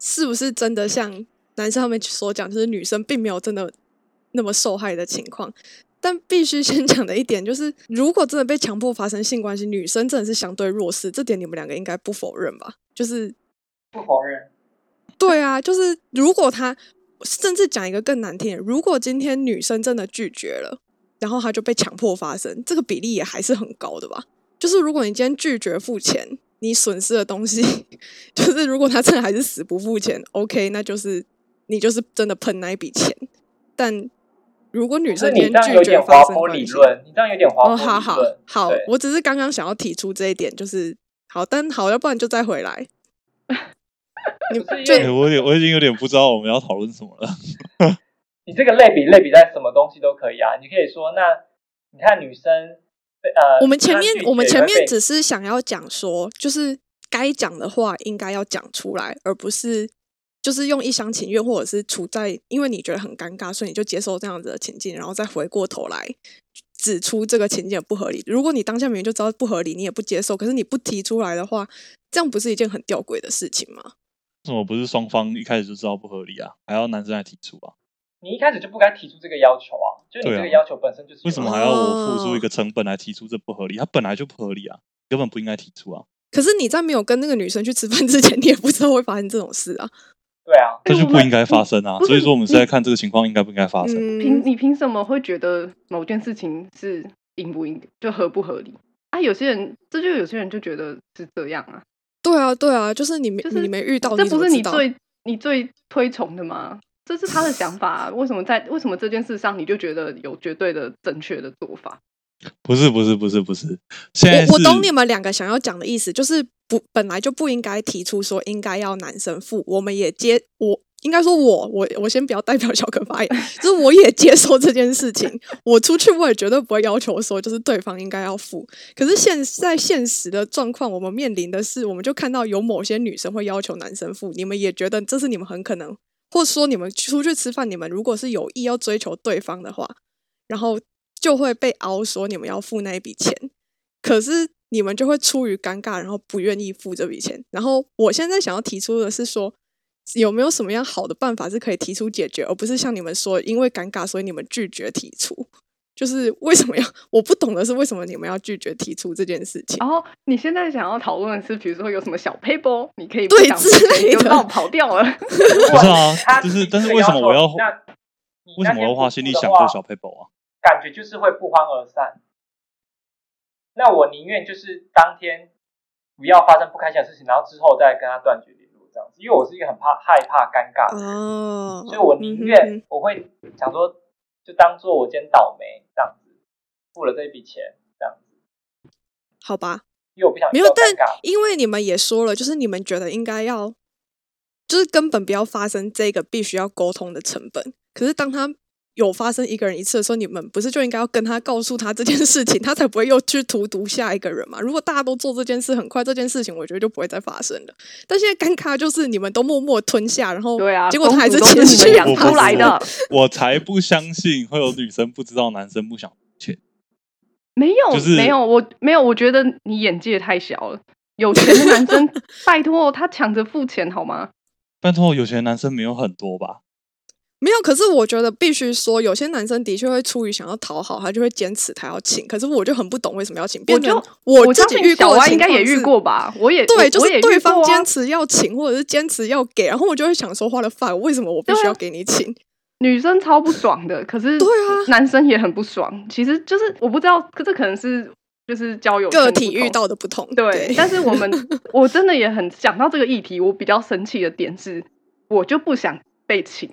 Speaker 1: 是不是真的像男生他们所讲，就是女生并没有真的那么受害的情况。但必须先讲的一点就是，如果真的被强迫发生性关系，女生真的是相对弱势，这点你们两个应该不否认吧？就是
Speaker 3: 不否认，
Speaker 1: 对啊，就是如果他甚至讲一个更难听的，如果今天女生真的拒绝了，然后她就被强迫发生，这个比例也还是很高的吧？就是如果你今天拒绝付钱，你损失的东西 就是如果他真的还是死不付钱，OK，那就是你就是真的喷那一笔钱，但如果女
Speaker 3: 可是
Speaker 1: 生
Speaker 3: 你
Speaker 1: 今
Speaker 3: 这样
Speaker 1: 天
Speaker 3: 有
Speaker 1: 拒绝
Speaker 3: 点
Speaker 1: 发
Speaker 3: 滑
Speaker 1: 生
Speaker 3: 坡理
Speaker 1: 关系，
Speaker 3: 论，你这样有点滑坡
Speaker 1: 哦，
Speaker 3: 理
Speaker 1: 好
Speaker 3: 论。
Speaker 1: 好好
Speaker 3: 对，
Speaker 1: 我只是刚刚想要提出这一点，就是好，但好，要不然就再回 来。你
Speaker 3: 不是因
Speaker 1: 就
Speaker 3: 为
Speaker 2: 哎我有点，我已经有点不知道我们要讨论什么了。
Speaker 3: 你这个类比类比在什么东西都可以啊，你可以说那你看女生被呃，
Speaker 1: 我们前
Speaker 3: 她
Speaker 1: 面
Speaker 3: 拒
Speaker 1: 我们
Speaker 3: 绝
Speaker 1: 前
Speaker 3: 会
Speaker 1: 面
Speaker 3: 被
Speaker 1: 只是想要讲说，就是该讲的话应该要讲出来，而不是就是用一厢情愿，或者是处在因为你觉得很尴尬，所以你就接受这样子的情境，然后再回过头来指出这个情境的不合理。如果你当下明明就知道不合理，你也不接受，可是你不提出来的话，这样不是一件很吊诡的事情吗？
Speaker 2: 为什么不是双方一开始就知道不合理啊？还要男生来提出啊？
Speaker 3: 你一开始就不该提出这个要求啊，就你
Speaker 2: 对啊
Speaker 3: 这个要求本身就是
Speaker 2: 为什么
Speaker 3: 有
Speaker 2: 还
Speaker 3: 问题
Speaker 2: 要我付出
Speaker 1: 哦
Speaker 2: 一个成本来提出这不合理？它本来就不合理啊，根本不应该提出啊。
Speaker 1: 可是你在没有跟那个女生去吃饭之前，你也不知道会发生这种事啊。
Speaker 3: 对啊，
Speaker 2: 这就
Speaker 4: 我
Speaker 2: 不
Speaker 4: 们
Speaker 2: 应该发生啊！
Speaker 4: 不是
Speaker 2: 所以说我们是
Speaker 4: 你
Speaker 2: 在看这个情况应该不应该发生。
Speaker 4: 凭
Speaker 1: 嗯，
Speaker 4: 你凭什么会觉得某件事情是应不应就合不合理啊？有些人这就有些人就觉得是这样啊，
Speaker 1: 对啊，对啊，就是你没、
Speaker 4: 就是
Speaker 1: 你没遇到，
Speaker 4: 这
Speaker 1: 怎
Speaker 4: 不
Speaker 1: 么
Speaker 4: 是
Speaker 1: 知
Speaker 4: 你
Speaker 1: 道
Speaker 4: 最你最推崇的吗？这是他的想法啊、为什么在为什么这件事上你就觉得有绝对的正确的做法？
Speaker 2: 不是不是不是不是，现在
Speaker 1: 我我
Speaker 2: 是
Speaker 1: 懂你们两个想要讲的意思，就是不本来就不应该提出说应该要男生付，我们也接我应该说我我我先不要代表小可发言，就是我也接受这件事情，我出去我也绝对不会要求说就是对方应该要付。可是现在现实的状况，我们面临的是，我们就看到有某些女生会要求男生付，你们也觉得这是你们很可能，或者说你们出去吃饭，你们如果是有意要追求对方的话，然后就会被凹说你们要付那一笔钱。可是你们就会出于尴尬，然后不愿意付这笔钱。然后我现在想要提出的是说，有没有什么样好的办法是可以提出解决，而不是像你们说因为尴尬所以你们拒绝提出？就是为什么要？我不懂的是为什么你们要拒绝提出这件事情？
Speaker 4: 然
Speaker 3: 哦
Speaker 4: 后你现在想要讨论的是，比如说有什么小 paper，你可以
Speaker 1: 对
Speaker 4: 不想付钱
Speaker 1: 之类的
Speaker 4: 就绕跑掉了。
Speaker 2: 不是啊
Speaker 3: 他？
Speaker 2: 就是
Speaker 3: 提出
Speaker 2: 但是
Speaker 3: 这个
Speaker 2: 为什么我
Speaker 3: 要
Speaker 2: 要
Speaker 3: 求那你
Speaker 2: 为什么我
Speaker 3: 那天
Speaker 2: 要花
Speaker 3: 不
Speaker 2: 心
Speaker 3: 付
Speaker 2: 力
Speaker 3: 的
Speaker 2: 想做
Speaker 3: 话
Speaker 2: 小 paper 啊？
Speaker 3: 感觉就是会不欢而散。那我宁愿就是当天不要发生不开心的事情，然后之后再跟他断绝联络这样子，因为我是一个很怕害怕尴尬的人，
Speaker 1: 哦，
Speaker 3: 所以我宁
Speaker 1: 嗯哼
Speaker 3: 愿我会想说，就当做我今天倒霉这样子，付了这一笔钱这样子，
Speaker 1: 好吧，
Speaker 3: 因为我不想
Speaker 1: 没
Speaker 3: 遇
Speaker 1: 有
Speaker 3: 到，尴
Speaker 1: 但
Speaker 3: 尬。
Speaker 1: 因为你们也说了，就是你们觉得应该要，就是根本不要发生这个必须要沟通的成本。可是当他有发生一个人一次的时候，你们不是就应该要跟他告诉他这件事情，他才不会又去荼毒下一个人嘛？如果大家都做这件事，很快这件事情我觉得就不会再发生了。但现在尴尬就是你们都默默吞下，然后
Speaker 4: 对啊，
Speaker 1: 结果他还
Speaker 4: 公主
Speaker 1: 持
Speaker 4: 都是你
Speaker 1: 续
Speaker 4: 们养
Speaker 2: 我
Speaker 1: 发
Speaker 4: 出来
Speaker 1: 生
Speaker 4: 的，
Speaker 2: 我才不相信会有女生不知道男生不想
Speaker 4: 没有，
Speaker 2: 就是
Speaker 4: 没有，我没有，我觉得你眼界太小了。有钱的男 生，拜托他抢着付钱好吗？
Speaker 2: 拜托，有钱男生没有很多吧？
Speaker 1: 没有，可是我觉得必须说，有些男生的确会出于想要讨好，他就会坚持他要请。可是我就很不懂为什么要请，变成
Speaker 4: 就
Speaker 1: 我自
Speaker 4: 相
Speaker 1: 己
Speaker 4: 信
Speaker 1: 遇
Speaker 4: 小
Speaker 1: 过的
Speaker 4: 歪
Speaker 1: 情
Speaker 4: 应该
Speaker 1: 况
Speaker 4: 也遇
Speaker 1: 是
Speaker 4: 过吧？我也我
Speaker 1: 对，就
Speaker 4: 我
Speaker 1: 是
Speaker 4: 也
Speaker 1: 对
Speaker 4: 遇
Speaker 1: 方
Speaker 4: 过啊
Speaker 1: 坚持要请，或者是坚持要给，然后我就会想说，花了饭，为什么我必须
Speaker 4: 对啊
Speaker 1: 要给你请？
Speaker 4: 女生超不爽的，可是
Speaker 1: 对啊
Speaker 4: 男生也很不爽。其实就是我不知道，可这可能是就是交友圈
Speaker 1: 个
Speaker 4: 的不
Speaker 1: 体遇
Speaker 4: 同
Speaker 1: 到的不同，
Speaker 4: 对，但是我 们我真的也很想到这个议题，我比较生气的点是，我就不想被请，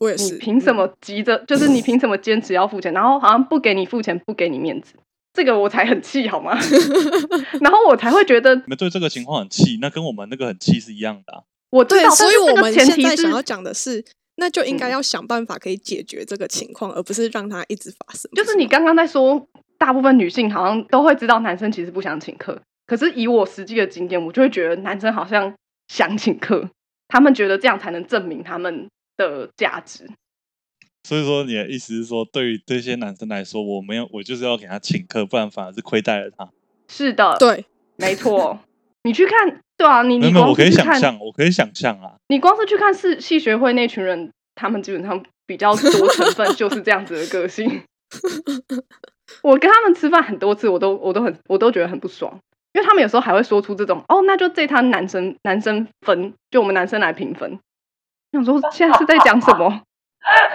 Speaker 1: 我也
Speaker 4: 你
Speaker 1: 是，
Speaker 4: 嗯凭什么急着？就是你凭什么坚持要付钱？然后好像不给你付钱，不给你面子，这个我才很气 好吗？然后我才会觉得
Speaker 2: 你们对这个情况很气，那跟我们那个很气是一样的、啊。
Speaker 4: 我知
Speaker 1: 嗯对
Speaker 4: 道，，
Speaker 1: 所以
Speaker 4: 但是
Speaker 1: 我
Speaker 4: 这个
Speaker 1: 们
Speaker 4: 前
Speaker 1: 现
Speaker 4: 提
Speaker 1: 在
Speaker 4: 是
Speaker 1: 想要讲的是，那就应该
Speaker 4: 嗯
Speaker 1: 要想办法可以解决这个情况，而不是让它一直发生。
Speaker 4: 就是
Speaker 1: 不
Speaker 4: 你
Speaker 1: 吗
Speaker 4: 刚刚在说，大部分女性好像都会知道男生其实不想请客，可是以我实际的经验，我就会觉得男生好像想请客，他们觉得这样才能证明他们的价值。
Speaker 2: 所以说你的意思是说，对于这些男生来说，我没有，我就是要给他请客，不然反而是亏待了他。
Speaker 4: 是的，，
Speaker 1: 对，
Speaker 4: 没错。你去看，对啊，你
Speaker 2: 没
Speaker 4: 你
Speaker 2: 有没有，
Speaker 4: 光
Speaker 2: 我可
Speaker 4: 是
Speaker 2: 以
Speaker 4: 去
Speaker 2: 想
Speaker 4: 看，
Speaker 2: 象，我可以想象啊，
Speaker 4: 你光是去看是系学会那群人，他们基本上比较多成分就是这样子的个性。 我跟他们吃饭很多次，我都我都很我都觉得很不爽，因为他们有时候还会说出这种哦，那就这摊男生男生分，就我们男生来评分。我想说现在是在讲什 么？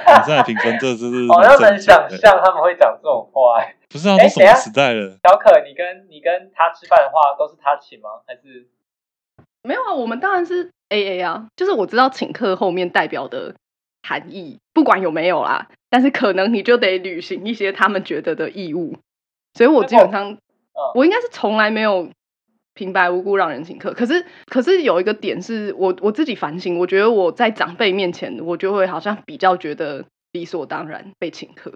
Speaker 2: 男生来评分，这这是
Speaker 3: 好像
Speaker 2: 很
Speaker 3: 能想
Speaker 2: 正经的。
Speaker 3: 哦象他们会讲这种话、欸。
Speaker 2: 不是啊，
Speaker 3: 哎
Speaker 2: 都什
Speaker 3: 等一
Speaker 2: 么
Speaker 3: 下
Speaker 2: 时代了？
Speaker 3: 小可，你跟你跟他吃饭的话，都是他请吗？还是
Speaker 4: 没有啊，我们当然是 A A 啊，就是我知道请客后面代表的含义，不管有没有啦，但是可能你就得履行一些他们觉得的义务。所以我基本上，
Speaker 3: 嗯
Speaker 4: 我应该是从来没有平白无故让人请客。可是，可是有一个点是我我自己反省，我觉得我在长辈面前，我就会好像比较觉得理所当然被请客。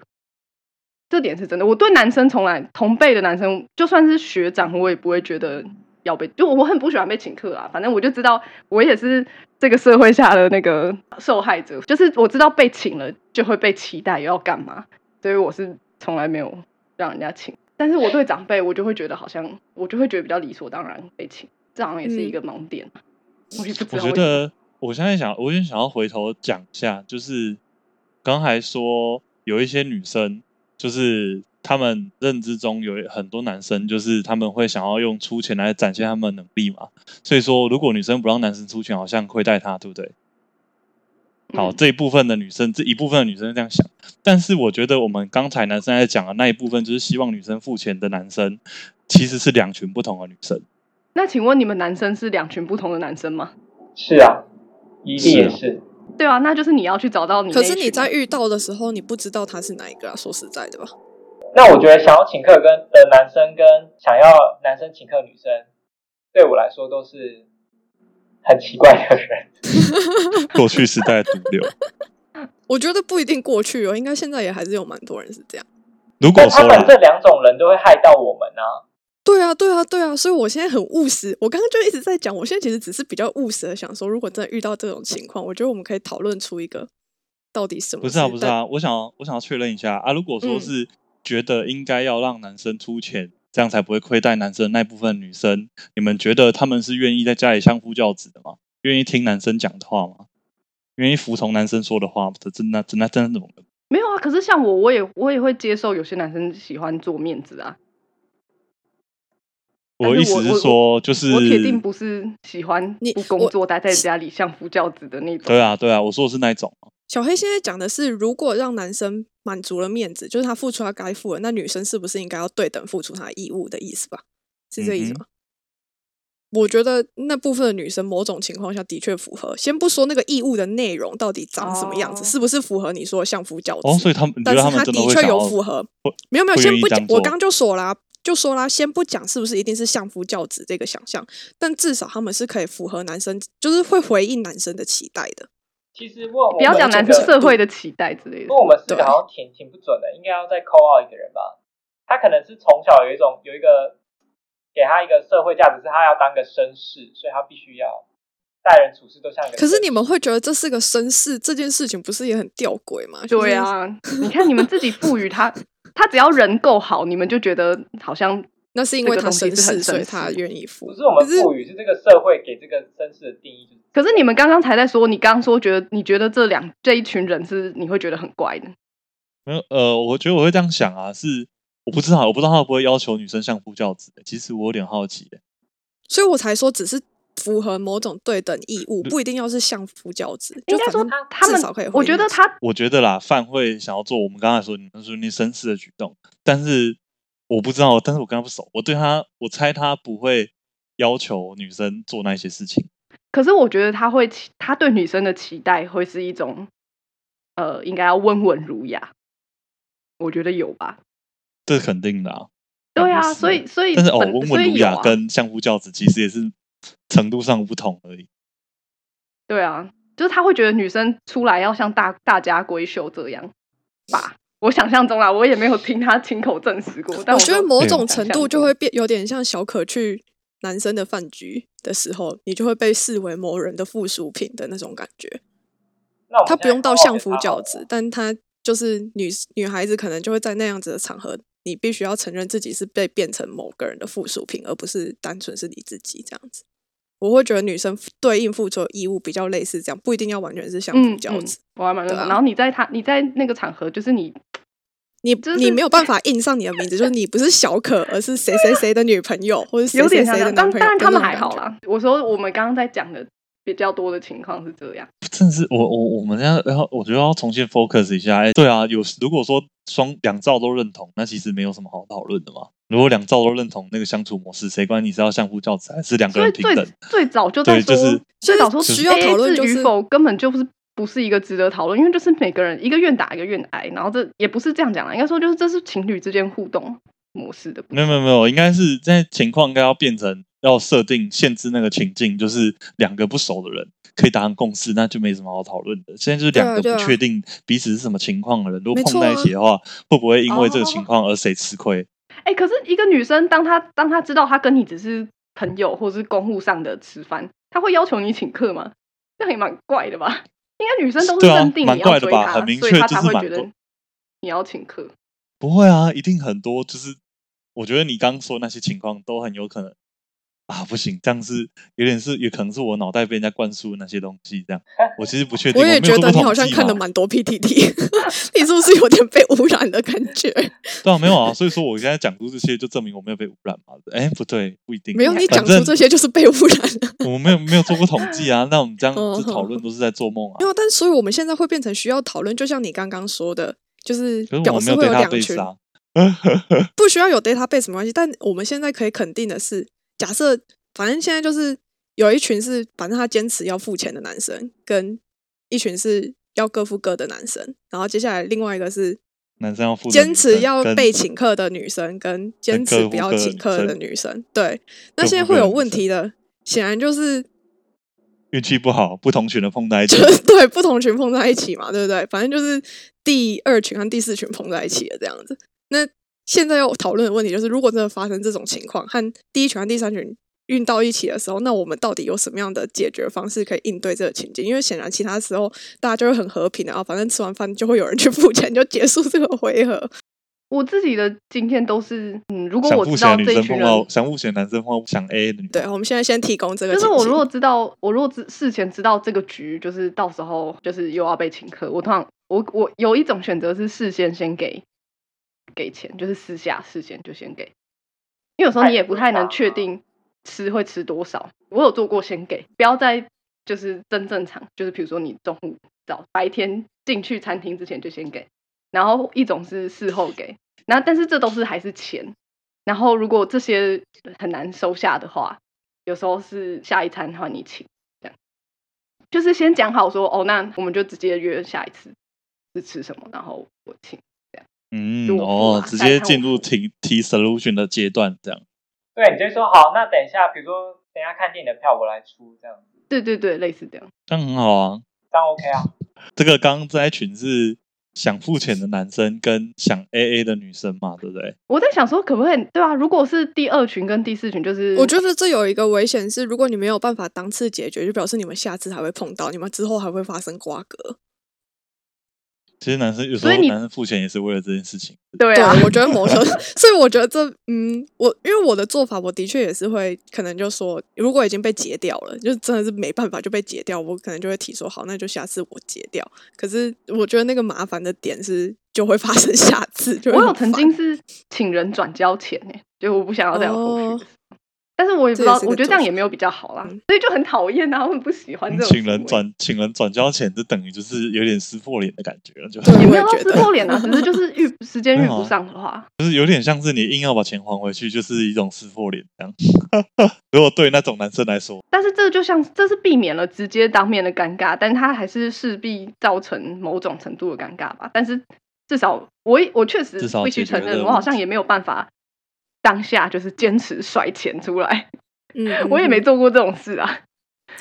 Speaker 4: 这点是真的。我对男生从来同辈的男生，就算是学长，我也不会觉得要被，就我很不喜欢被请客啊。反正我就知道，我也是这个社会下的那个受害者，就是我知道被请了就会被期待要干嘛，所以我是从来没有让人家请。但是我对长辈，我就会觉得好像我就会觉得比较理所当然被请，这好像也是
Speaker 1: 嗯
Speaker 4: 一个盲点。我也不知
Speaker 2: 我
Speaker 4: 道
Speaker 2: 觉
Speaker 4: 为什么，
Speaker 2: 得我现在想，我也想要回头讲一下，就是刚才说有一些女生，就是她们认知中有很多男生，就是他们会想要用出钱来展现他们的能力嘛。所以说，如果女生不让男生出钱，好像亏待她，对不对？好，
Speaker 4: 嗯
Speaker 2: 这一部分的女生，这一部分的女生是这样想。但是我觉得我们刚才男生在讲的那一部分，就是希望女生付钱的男生，其实是两群不同的女生。
Speaker 4: 那请问你们男生是两群不同的男生吗？
Speaker 3: 是啊，一定也是。
Speaker 4: 对啊，那就是你要去找到你那
Speaker 1: 可
Speaker 4: 一群啊。
Speaker 1: 是你在遇到的时候，你不知道他是哪一个啊？说实在的吧，
Speaker 3: 那我觉得想要请客跟的男生跟想要男生请客的女生，对我来说都是很奇怪的人。
Speaker 2: 过去时代的毒瘤，
Speaker 1: 我觉得不一定过去哦，应该现在也还是有蛮多人是这样。
Speaker 2: 如
Speaker 3: 但
Speaker 2: 果
Speaker 3: 他
Speaker 2: 说啦
Speaker 3: 们这两种人都会害到我们啊。
Speaker 1: 对啊，对啊，对啊，所以我现在很务实。我刚刚就一直在讲，我现在其实只是比较务实的想说，如果真的遇到这种情况，我觉得我们可以讨论出一个到底什么
Speaker 2: 不是啊，
Speaker 1: 代
Speaker 2: 不是啊，我想要我想要确认一下啊。如果说
Speaker 1: 嗯
Speaker 2: 是觉得应该要让男生出钱，这样才不会亏待男生那部分女生，你们觉得他们是愿意在家里相夫教子的吗？愿意听男生讲的话吗？愿意服从男生说的话吗？这真的真的真的懂的
Speaker 4: 没有啊，可是像我，我也我也会接受有些男生喜欢做面子啊。但
Speaker 2: 我
Speaker 4: 是
Speaker 2: 意思
Speaker 4: 我
Speaker 2: 是说，就是
Speaker 4: 我铁定不是喜欢
Speaker 1: 你
Speaker 4: 不工
Speaker 1: 我
Speaker 4: 作待在家里相夫教子的那种。
Speaker 2: 对啊对啊，我说的是那一种。
Speaker 1: 小黑现在讲的是，如果让男生满足了面子，就是他付出他该付的，那女生是不是应该要对等付出她的义务的意思吧？是这意思
Speaker 2: 嗯哼
Speaker 1: 吗？我觉得那部分的女生某种情况下的确符合。先不说那个义务的内容到底长什么样子，
Speaker 4: 哦
Speaker 1: 是不是符合你说的相夫教子，
Speaker 2: 哦，所以他们你觉
Speaker 1: 但
Speaker 2: 得
Speaker 1: 是
Speaker 2: 他们
Speaker 1: 他
Speaker 2: 真的会
Speaker 1: 的确
Speaker 2: 想
Speaker 1: 有
Speaker 2: 要
Speaker 1: 符合
Speaker 2: 会。
Speaker 1: 没有没有，
Speaker 2: 不
Speaker 1: 先
Speaker 2: 愿意
Speaker 1: 不
Speaker 2: 这
Speaker 1: 讲
Speaker 2: 样，
Speaker 1: 我
Speaker 2: 做
Speaker 1: 刚刚就说啦，就说啦，先不讲是不是一定是相夫教子这个想象，但至少他们是可以符合男生，就是会回应男生的期待的。
Speaker 3: 其实问我
Speaker 4: 不要讲
Speaker 1: 某种
Speaker 4: 男生
Speaker 1: 程度
Speaker 4: 社会的期待之类
Speaker 3: 因
Speaker 4: 的
Speaker 3: 为。我们四
Speaker 1: 对
Speaker 3: 个好像挺挺不准的，应该要再扣二一个人吧。他可能是从小有一种有一个给他一个社会价值，是他要当个绅士，所以他必须要待人处事都像一个绅士。
Speaker 1: 可是你们会觉得这是个绅士，这件事情不是也很吊诡吗？就是
Speaker 4: 对，啊，你看你们自己赋予他，他只要人够好，你们就觉得好像
Speaker 1: 那是因为他绅
Speaker 4: 这个东西是很
Speaker 1: 士，
Speaker 4: 绅士
Speaker 1: 所以他愿意付
Speaker 3: 不。是我们赋予，是这个社会给这个绅士的定义。就是
Speaker 4: 可是你们刚刚才在说，你刚刚说觉得你觉得这两这一群人是你会觉得很怪的，
Speaker 2: 没有，呃，我觉得我会这样想啊，是我不知道，我不知道他会不会要求女生相夫教子、欸其实我有点好奇、欸
Speaker 1: 所以我才说只是符合某种对等义务，
Speaker 2: 嗯
Speaker 1: 不一定要是相夫教子。
Speaker 4: 应
Speaker 1: 就
Speaker 4: 该说
Speaker 1: 反正
Speaker 4: 他们
Speaker 1: 至少可以，回应
Speaker 4: 我觉得
Speaker 1: 男生
Speaker 4: 他
Speaker 2: 我觉得啦，范会想要做我们刚才说你们说那绅士的举动，但是我不知道，但是我跟他不熟，我对他，我猜他不会要求女生做那些事情。
Speaker 4: 可是我觉得他会期，他对女生的期待会是一种，呃，应该要温文儒雅，我觉得有吧？
Speaker 2: 这肯定的、啊，
Speaker 4: 对
Speaker 2: 肯定
Speaker 4: 啊，
Speaker 2: 是
Speaker 4: 所以所以
Speaker 2: 但是哦，
Speaker 4: 本
Speaker 2: 温
Speaker 4: 所
Speaker 2: 文
Speaker 4: 以
Speaker 2: 儒
Speaker 4: 有
Speaker 2: 雅
Speaker 4: 啊
Speaker 2: 跟相夫教子其实也是程度上不同而已。
Speaker 4: 对啊，就是他会觉得女生出来要像大大家闺秀这样吧？我想象中啦，我也没有听他亲口证实过，但
Speaker 1: 我
Speaker 4: 我
Speaker 1: 觉得
Speaker 4: 说
Speaker 1: 某
Speaker 2: 对
Speaker 1: 种
Speaker 2: 我
Speaker 1: 程
Speaker 4: 想
Speaker 1: 度
Speaker 4: 象
Speaker 1: 就
Speaker 4: 中
Speaker 1: 会变有点像小可去男生的饭局的时候，你就会被视为某人的附属品的那种感觉。
Speaker 3: 那我们
Speaker 1: 他不用到
Speaker 3: 相
Speaker 1: 相夫教子，，但他就是女女孩子可能就会在那样子的场合，你必须要承认自己是被变成某个人的附属品，而不是单纯是你自己这样子。我会觉得女生对应付出的义务比较类似这样，不一定要完全是相夫
Speaker 4: 嗯
Speaker 1: 教
Speaker 4: 嗯
Speaker 1: 子。，
Speaker 4: 我还蛮认
Speaker 1: 对
Speaker 4: 同。
Speaker 1: 啊
Speaker 4: 然后你在他你在那个场合，就是你
Speaker 1: 你
Speaker 4: 就是
Speaker 1: 你没有 办法印上你的名字，就是你不是小可，而是谁谁谁的女朋友，或者谁
Speaker 4: 有点
Speaker 1: 谁
Speaker 4: 像
Speaker 1: 谁
Speaker 4: 这
Speaker 1: 的男
Speaker 4: 样，当
Speaker 1: 朋友。
Speaker 4: 当然他
Speaker 1: 就那种
Speaker 4: 们还
Speaker 1: 感
Speaker 4: 好
Speaker 1: 觉
Speaker 4: 啦。我说我们刚刚在讲的比较多的情况是这样。
Speaker 2: 真的是我我我们要要我觉得要重新 focus 一下。哎、对啊，有如果说双两兆都认同，那其实没有什么好讨论的嘛。如果两兆都认同那个相处模式，谁管你是要相夫教子还是两个
Speaker 4: 所以
Speaker 2: 人平
Speaker 4: 最
Speaker 2: 等？
Speaker 4: 最早就在
Speaker 2: 对
Speaker 4: 说，
Speaker 2: 就是
Speaker 4: 最早说
Speaker 1: 就是需要
Speaker 4: AA
Speaker 1: 讨论
Speaker 4: 制
Speaker 1: 就是
Speaker 4: 与否根本就是不是一个值得讨论，因为就是每个人一个愿打一个愿挨，然后这也不是这样讲啦，应该说就是这是情侣之间互动模式的部分。
Speaker 2: 没有没有没有，应该是在情况应该要变成要设定限制那个情境，就是两个不熟的人可以达成共识，那就没什么好讨论的。现在就是两个
Speaker 1: 对啊对啊
Speaker 2: 不确定彼此是什么情况的人，如果
Speaker 1: 没
Speaker 2: 碰
Speaker 1: 错
Speaker 2: 在一
Speaker 1: 啊
Speaker 2: 起的话，会不会因为这个情况而谁吃亏？
Speaker 4: 哎、可是一个女生，当她当她知道她跟你只是朋友或者是公务上的吃饭，她会要求你请客吗？这样也蛮怪的吧？应该女生都是
Speaker 2: 对啊
Speaker 4: 认定
Speaker 2: 蛮
Speaker 4: 你要
Speaker 2: 怪的
Speaker 4: 追
Speaker 2: 吧
Speaker 4: 她，
Speaker 2: 很明
Speaker 4: 所以
Speaker 2: 确
Speaker 4: 她
Speaker 2: 就
Speaker 4: 才
Speaker 2: 是
Speaker 4: 会
Speaker 2: 蛮
Speaker 4: 觉得
Speaker 2: 怪
Speaker 4: 你要请客。
Speaker 2: 不会啊，一定很多。就是我觉得你刚说那些情况都很有可能啊，不行，这样是有点是，也可能是我脑袋被人家灌输的那些东西。这样，我其实不确定。
Speaker 1: 我也
Speaker 2: 没有
Speaker 1: 觉
Speaker 2: 做
Speaker 1: 得
Speaker 2: 过
Speaker 1: 你好
Speaker 2: 统
Speaker 1: 像
Speaker 2: 计
Speaker 1: 看了
Speaker 2: 嘛
Speaker 1: 蛮多 PTT，你 是不是有点被污染的感觉？
Speaker 2: 对啊，没有啊，所以说我现在讲出这些，就证明我没有被污染嘛。哎，不对，不一定。
Speaker 1: 没有，你讲
Speaker 2: 反
Speaker 1: 出
Speaker 2: 正
Speaker 1: 这些就是被污染了。
Speaker 2: 我们没有没有做过统计啊，那我们这样
Speaker 1: 哦
Speaker 2: 子讨论都是在做梦啊
Speaker 1: 没。有，但所以我们现在会变成需要讨论，就像你刚刚说的，就是
Speaker 2: 可是我
Speaker 1: 表
Speaker 2: 们没
Speaker 1: 示
Speaker 2: 有
Speaker 1: 会
Speaker 2: 对
Speaker 1: 有
Speaker 2: 他
Speaker 1: 两
Speaker 2: 被
Speaker 1: 群，
Speaker 2: 杀，
Speaker 1: 不需要有 database 没关系。但我们现在可以肯定的是，假设反正现在就是有一群是反正他坚持要付钱的男生，跟一群是要各付各的男生，然后接下来另外一个是
Speaker 2: 男生要负责
Speaker 1: 坚
Speaker 2: 女
Speaker 1: 持
Speaker 2: 生
Speaker 1: 要
Speaker 2: 跟
Speaker 1: 被请客的女生跟坚持不要请客的女生，对，那些会有问题的，显然就是
Speaker 2: 运气不好，不同群的碰在一起
Speaker 1: 就。对不同群碰在一起嘛，对不对？反正就是第二群和第四群碰在一起的这样子。那现在要讨论的问题就是，如果真的发生这种情况，和第一群和第三群运到一起的时候，那我们到底有什么样的解决方式可以应对这个情境？因为显然其他时候大家就会很和平的啊，反正吃完饭就会有人去付钱，就结束这个回合。
Speaker 4: 我自己的经验都是，嗯，如果
Speaker 2: 想
Speaker 4: 我
Speaker 2: 付
Speaker 4: 知
Speaker 2: 钱
Speaker 4: 道
Speaker 2: 的女
Speaker 4: 这一
Speaker 2: 生
Speaker 4: 群
Speaker 2: 碰
Speaker 4: 人，
Speaker 2: 到想付钱的男生碰到想 A 的女
Speaker 1: 对，我们现在先提供这个
Speaker 4: 就
Speaker 1: 情
Speaker 4: 是
Speaker 1: 境。
Speaker 4: 我如果知道，我如果知事前知道这个局，就是到时候就是又要被请客，我通常我我有一种选择是事先先给给钱，就是私下事先就先给，因为有时候你也不太能确定吃会吃多少。我有做过先给，不要在就是真正场，就是比如说你中午早白天进去餐厅之前就先给，然后一种是事后给，然后但是这都是还是钱，然后如果这些很难收下的话，有时候是下一餐换你请，这样就是先讲好说哦，那我们就直接约下一次是吃什么，然后我请。
Speaker 2: 嗯
Speaker 4: 就我付
Speaker 2: 哦
Speaker 4: 啊，
Speaker 2: 直
Speaker 4: 再
Speaker 2: 接
Speaker 4: 看我
Speaker 2: 进入
Speaker 4: 付
Speaker 2: 提提 solution 的阶段，这样
Speaker 3: 对，你就说好，那等一下，比如说等一下看电影的票我来出，这样子，
Speaker 4: 对对对，类似这样。
Speaker 2: 这样很好啊。
Speaker 3: 这样 OK 啊？
Speaker 2: 这个刚刚这一群是想付钱的男生跟想 A A 的女生嘛，对不对？
Speaker 4: 我在想说，可不可以对啊？如果是第二群跟第四群，就是
Speaker 1: 我觉得这有一个危险是，如果你没有办法当次解决，就表示你们下次还会碰到，你们之后还会发生瓜葛。
Speaker 2: 其实男生有时
Speaker 4: 所
Speaker 2: 候
Speaker 4: 以你
Speaker 2: 男生付钱也是为了这件事情。
Speaker 4: 对啊，
Speaker 1: 我觉得某种， 所以我觉得这，嗯，我因为我的做法，我的确也是会可能就说，如果已经被截掉了，就真的是没办法就被截掉，我可能就会提说，好，那就下次我截掉。可是我觉得那个麻烦的点是，就会发生下次。啊就会
Speaker 4: 我有
Speaker 1: 很
Speaker 4: 曾
Speaker 1: 烦
Speaker 4: 经是请人转交钱呢、就我不想要再有后续的事。但是我也不知道
Speaker 1: 哦这也，是个
Speaker 4: 我觉得这样
Speaker 1: 做法
Speaker 4: 也没有比较好啦
Speaker 1: 嗯，
Speaker 4: 所以就很讨厌啊，我很不喜欢这种
Speaker 2: 请
Speaker 4: 行
Speaker 2: 人
Speaker 4: 为
Speaker 2: 转请人转交钱，就等于就是有点撕破脸的感觉了，就
Speaker 1: 对
Speaker 4: 也
Speaker 1: 我
Speaker 4: 没
Speaker 1: 也
Speaker 4: 有到
Speaker 1: 觉
Speaker 4: 撕
Speaker 1: 得
Speaker 4: 破脸啊，只是就是遇时间
Speaker 2: 没
Speaker 4: 遇
Speaker 2: 有啊
Speaker 4: 不上的话，
Speaker 2: 就是有点像是你硬要把钱还回去，就是一种撕破脸这样。 如果对那种男生来说，
Speaker 4: 但是这就像这是避免了直接当面的尴尬，但它还是势必造成某种程度的尴尬吧。但是至少我也我确实
Speaker 2: 至少
Speaker 4: 必须
Speaker 2: 解决
Speaker 4: 承
Speaker 2: 了
Speaker 4: 认，我好像也没有办法当下就是坚持甩钱出来，
Speaker 1: 嗯，
Speaker 4: 我也没
Speaker 1: 嗯
Speaker 4: 做过这种事啊，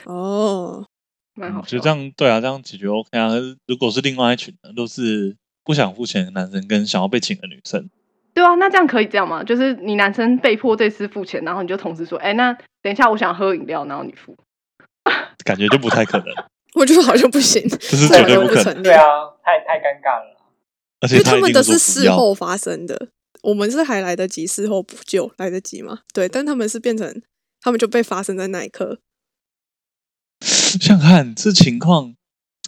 Speaker 1: 嗯哦，
Speaker 4: 蛮好
Speaker 2: 嗯就
Speaker 4: 笑的。
Speaker 2: 这样对啊，这样解决 OK 啊。可是如果是另外一群呢，都是不想付钱的男生跟想要被请的女生，
Speaker 4: 对啊，那这样可以这样吗？就是你男生被迫这次付钱，然后你就同时说，哎、那等一下我想喝饮料，然后你付。
Speaker 2: 感觉就不太可能，
Speaker 1: 我觉得好像不行，
Speaker 2: 这是
Speaker 1: 这
Speaker 2: 绝
Speaker 1: 好
Speaker 2: 对
Speaker 1: 像
Speaker 2: 不
Speaker 1: 不
Speaker 2: 可能。
Speaker 1: 成立
Speaker 3: 对。啊，太太尴尬了。
Speaker 1: 因
Speaker 2: 而且
Speaker 1: 为他
Speaker 2: 一
Speaker 1: 们
Speaker 2: 定
Speaker 1: 的
Speaker 2: 会
Speaker 1: 是
Speaker 2: 说不
Speaker 1: 事
Speaker 2: 要。
Speaker 1: 后发生的，我们是还来得及事后补救，来得及嘛？对，但他们是变成他们就被发生在那一刻，
Speaker 2: 想想看这情况，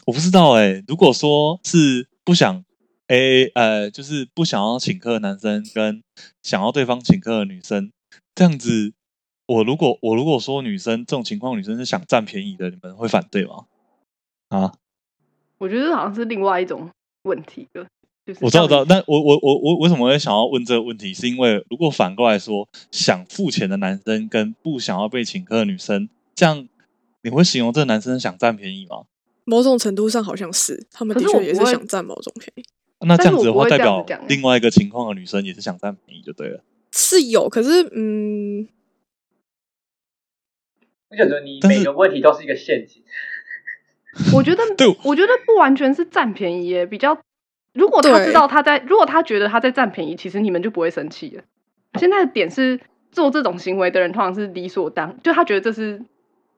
Speaker 2: 我不知道哎、如果说是不想 A 呃，就是不想要请客的男生跟想要对方请客的女生，这样子，我如果我如果说女生这种情况，女生是想占便宜的，你们会反对吗？啊，
Speaker 4: 我觉得这好像是另外一种问题了，就是
Speaker 2: 我知道，
Speaker 4: 到
Speaker 2: 我
Speaker 4: 底
Speaker 2: 知道，但我我我我为什么会想要问这个问题？是因为如果反过来说，想付钱的男生跟不想要被请客的女生，这样你会形容这个男生想占便宜吗？
Speaker 1: 某种程度上好像是，他们
Speaker 4: 可
Speaker 1: 的
Speaker 4: 是我
Speaker 1: 确也
Speaker 4: 不
Speaker 1: 是
Speaker 4: 会
Speaker 1: 想占某种便宜，
Speaker 2: 那这样子的话，
Speaker 4: 但是我不会
Speaker 2: 代
Speaker 4: 这样
Speaker 2: 表
Speaker 4: 子讲欸
Speaker 2: 另外一个情况的女生也是想占便宜就对了。
Speaker 1: 是有，可是嗯，
Speaker 3: 我觉得你
Speaker 2: 但是
Speaker 3: 每个问题都是一个陷阱。
Speaker 4: 我觉得
Speaker 2: 对我
Speaker 4: 我觉得不完全是占便宜耶，比较如果他
Speaker 1: 对
Speaker 4: 知道他在，如果他觉得他在占便宜，其实你们就不会生气了。现在的点是做这种行为的人通常是理所当，就他觉得这是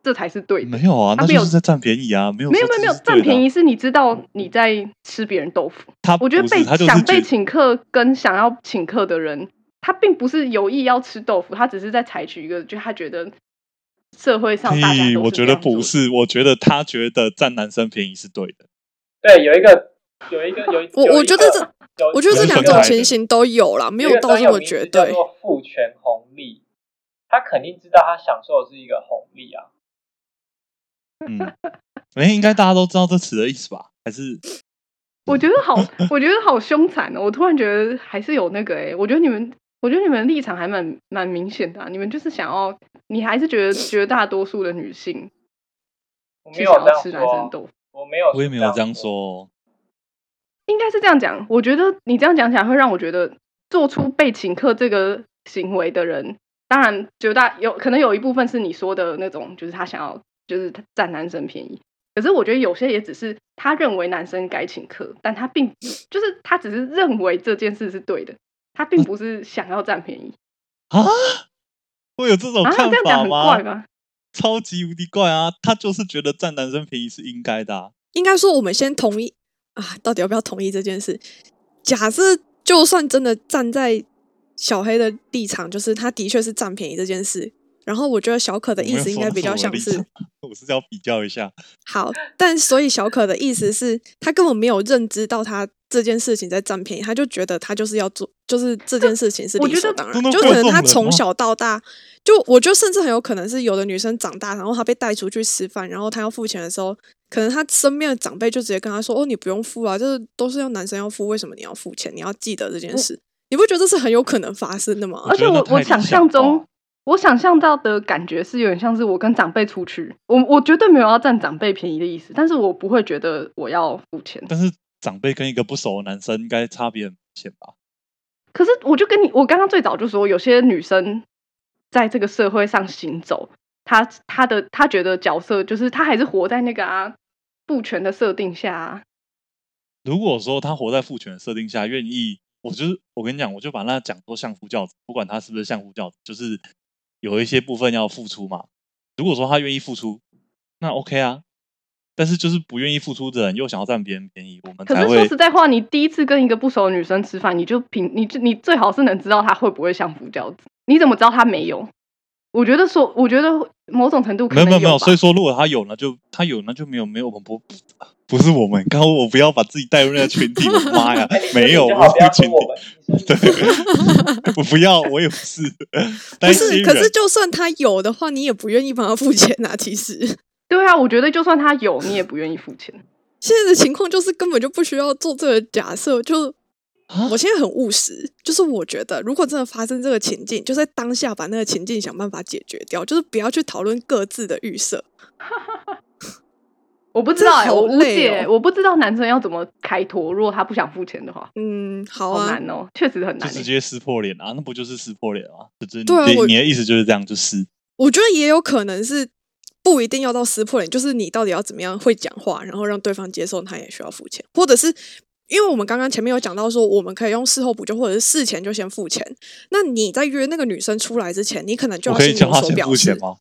Speaker 4: 这才是对的，
Speaker 2: 没有啊，
Speaker 4: 他
Speaker 2: 那
Speaker 4: 没
Speaker 2: 就
Speaker 4: 有
Speaker 2: 是在占便宜啊，没有
Speaker 4: 没有没
Speaker 2: 说
Speaker 4: 有没有
Speaker 2: 这是
Speaker 4: 占
Speaker 2: 对的啊
Speaker 4: 便宜，是你知道你在吃别人豆腐。
Speaker 2: 他
Speaker 4: 我觉得
Speaker 2: 不
Speaker 4: 被
Speaker 2: 是他就是
Speaker 4: 想被
Speaker 2: 觉
Speaker 4: 请客跟想要请客的人，他并不是有意要吃豆腐，他只是在采取一个，就他觉得社会上大家
Speaker 2: 屁，
Speaker 4: 都
Speaker 2: 我
Speaker 4: 是
Speaker 2: 觉
Speaker 4: 这
Speaker 2: 得
Speaker 4: 样做
Speaker 2: 不
Speaker 4: 的，
Speaker 2: 是，我觉得他觉得占男生便宜是对的。
Speaker 3: 对，有一个有一个有一
Speaker 1: 我
Speaker 3: 有一
Speaker 1: 我觉得
Speaker 3: 个
Speaker 1: 这
Speaker 3: 有
Speaker 1: 我觉得
Speaker 2: 不
Speaker 1: 这
Speaker 2: 是
Speaker 1: 两
Speaker 2: 分开
Speaker 1: 种
Speaker 2: 的
Speaker 1: 情形都有啦，没
Speaker 3: 一
Speaker 1: 有
Speaker 3: 个
Speaker 1: 到
Speaker 3: 专
Speaker 1: 这
Speaker 3: 有
Speaker 1: 么
Speaker 3: 名
Speaker 1: 绝
Speaker 3: 词叫
Speaker 1: 对。
Speaker 3: 做父权红利，他肯定知道他享受的是一个红利啊。
Speaker 2: 嗯，哎，应该大家都知道这词的意思吧？还是
Speaker 4: 我觉得好，我觉得好凶残哦！我突然觉得还是有那个哎、我觉得你们，我觉得你们的立场还蛮蛮明显的、啊，你们就是想要，你还是觉得绝大多数的女性
Speaker 3: 我没
Speaker 4: 是
Speaker 3: 有
Speaker 4: 想
Speaker 3: 这
Speaker 4: 要
Speaker 3: 样
Speaker 4: 吃男生
Speaker 3: 说
Speaker 4: 的，豆腐，
Speaker 3: 我没有，
Speaker 2: 我也没有这样。说。
Speaker 4: 应该是这样讲。我觉得你这样讲起来会让我觉得，做出被请客这个行为的人，当然绝大有可能有一部分是你说的那种，就是他想要就是他占男生便宜。可是我觉得有些也只是他认为男生该请客，但他并就是他只是认为这件事是对的，他
Speaker 2: 嗯
Speaker 4: 并不是想要占便宜。
Speaker 2: 啊，会有这种
Speaker 4: 啊，
Speaker 2: 看
Speaker 4: 这样讲
Speaker 2: 法吗？
Speaker 4: 很怪吧？
Speaker 2: 超级无敌怪啊！他就是觉得占男生便宜是应该的、啊。
Speaker 1: 应该说我们先同意啊，到底要不要同意这件事？假设就算真的站在小黑的立场，就是他的确是占便宜这件事，然后我觉得小可的意思应该比较像
Speaker 2: 我没有
Speaker 1: 是
Speaker 2: 说那 我的立场我是要比较一下，
Speaker 1: 好，但所以小可的意思是，他根本没有认知到他这件事情在占便宜，他就觉得他就是要做，就是这件事情是
Speaker 4: 我
Speaker 1: 理
Speaker 4: 觉
Speaker 1: 所
Speaker 4: 得
Speaker 1: 当然
Speaker 2: 真，的
Speaker 1: 就
Speaker 2: 会有
Speaker 1: 可能
Speaker 2: 这种
Speaker 1: 他
Speaker 2: 人
Speaker 1: 从
Speaker 2: 吗
Speaker 1: 小到大，就我觉得甚至很有可能是有的女生长大，然后她被带出去吃饭，然后她要付钱的时候，可能她身边的长辈就直接跟她说：“哦，你不用付啊，这都是要男生要付，为什么你要付钱？你要记得这件
Speaker 4: 我
Speaker 1: 事。”你不觉得这是很有可能发生的吗？
Speaker 2: 我
Speaker 4: 而
Speaker 2: 觉
Speaker 4: 且
Speaker 2: 得那
Speaker 4: 我
Speaker 2: 太
Speaker 4: 我
Speaker 2: 理
Speaker 4: 想
Speaker 2: 想
Speaker 4: 象
Speaker 2: 化
Speaker 4: 中，我想象到的感觉是有点像是我跟长辈出去，我我绝对没有要占长辈便宜的意思，但是我不会觉得我要付钱。
Speaker 2: 但是长辈跟一个不熟的男生应该差别很明显吧？
Speaker 4: 可是我就跟你，我刚刚最早就说，有些女生在这个社会上行走，她她的她觉得角色就是她还是活在那个啊父权的设定下、啊，
Speaker 2: 如果说他活在父权的设定下，愿意，我就是我跟你讲，我就把那讲做相夫教子，不管他是不是相夫教子，就是有一些部分要付出嘛。如果说他愿意付出，那 OK 啊。但是就是不愿意付出的人又想要占别人便宜，我们
Speaker 4: 可
Speaker 2: 才
Speaker 4: 是
Speaker 2: 会
Speaker 4: 说实在话，你第一次跟一个不熟的女生吃饭，你就凭你就你最好是能知道她会不会相夫教子。你怎么知道她没有？我觉得说，我觉得某种程度可
Speaker 2: 没有
Speaker 4: 能
Speaker 2: 没有没有，
Speaker 4: 吧
Speaker 2: 所以说如果他有那就他有那就没有没有，我们不不是我们，刚刚我不要把自己带入那个群体，我的妈 呀
Speaker 3: 哎你，说
Speaker 2: 没有，
Speaker 3: 你
Speaker 2: 我
Speaker 3: 最好
Speaker 2: 不
Speaker 3: 不
Speaker 2: 是
Speaker 3: 要
Speaker 2: 群
Speaker 3: 说我
Speaker 2: 体，
Speaker 3: 们，你说
Speaker 2: 对
Speaker 3: 你说，
Speaker 2: 我不要，我也不是，
Speaker 1: 不
Speaker 2: 担
Speaker 1: 是，
Speaker 2: 心
Speaker 1: 可是
Speaker 2: 人，
Speaker 1: 就算他有的话，你也不愿意帮他付钱啊。其实，
Speaker 4: 对啊，我觉得就算她有，你也不愿意付钱。
Speaker 1: 现在的情况就是根本就不需要做这个假设，就
Speaker 2: 啊
Speaker 1: 我现在很务实，就是我觉得如果真的发生这个情境，就在当下把那个情境想办法解决掉，就是不要去讨论各自的预设。
Speaker 4: 我不知道、欸，
Speaker 1: 这好
Speaker 4: 我无
Speaker 1: 累
Speaker 4: 解、
Speaker 1: 哦
Speaker 4: 我不知道男生要怎么开脱。如果他不想付钱的话，
Speaker 1: 嗯，好
Speaker 4: 好
Speaker 1: 啊，
Speaker 4: 难哦、确实很
Speaker 2: 就
Speaker 4: 难、
Speaker 2: 直
Speaker 4: 欸。
Speaker 2: 接撕破脸啊，那不就是撕破脸吗？就是你
Speaker 1: 对啊
Speaker 2: 你
Speaker 1: 我
Speaker 2: 你的意思就是这样，就撕。
Speaker 1: 我觉得也有可能是不一定要到撕破脸，就是你到底要怎么样会讲话，然后让对方接受，他也需要付钱，或者是。因为我们刚刚前面有讲到说，我们可以用事后补救，或者是事前就先付钱。那你在约那个女生出来之前，你可能就
Speaker 2: 我
Speaker 1: 要
Speaker 2: 可
Speaker 1: 先
Speaker 2: 以叫
Speaker 1: 有
Speaker 2: 他
Speaker 1: 所
Speaker 2: 先
Speaker 1: 表
Speaker 2: 付
Speaker 1: 示
Speaker 2: 钱。吗？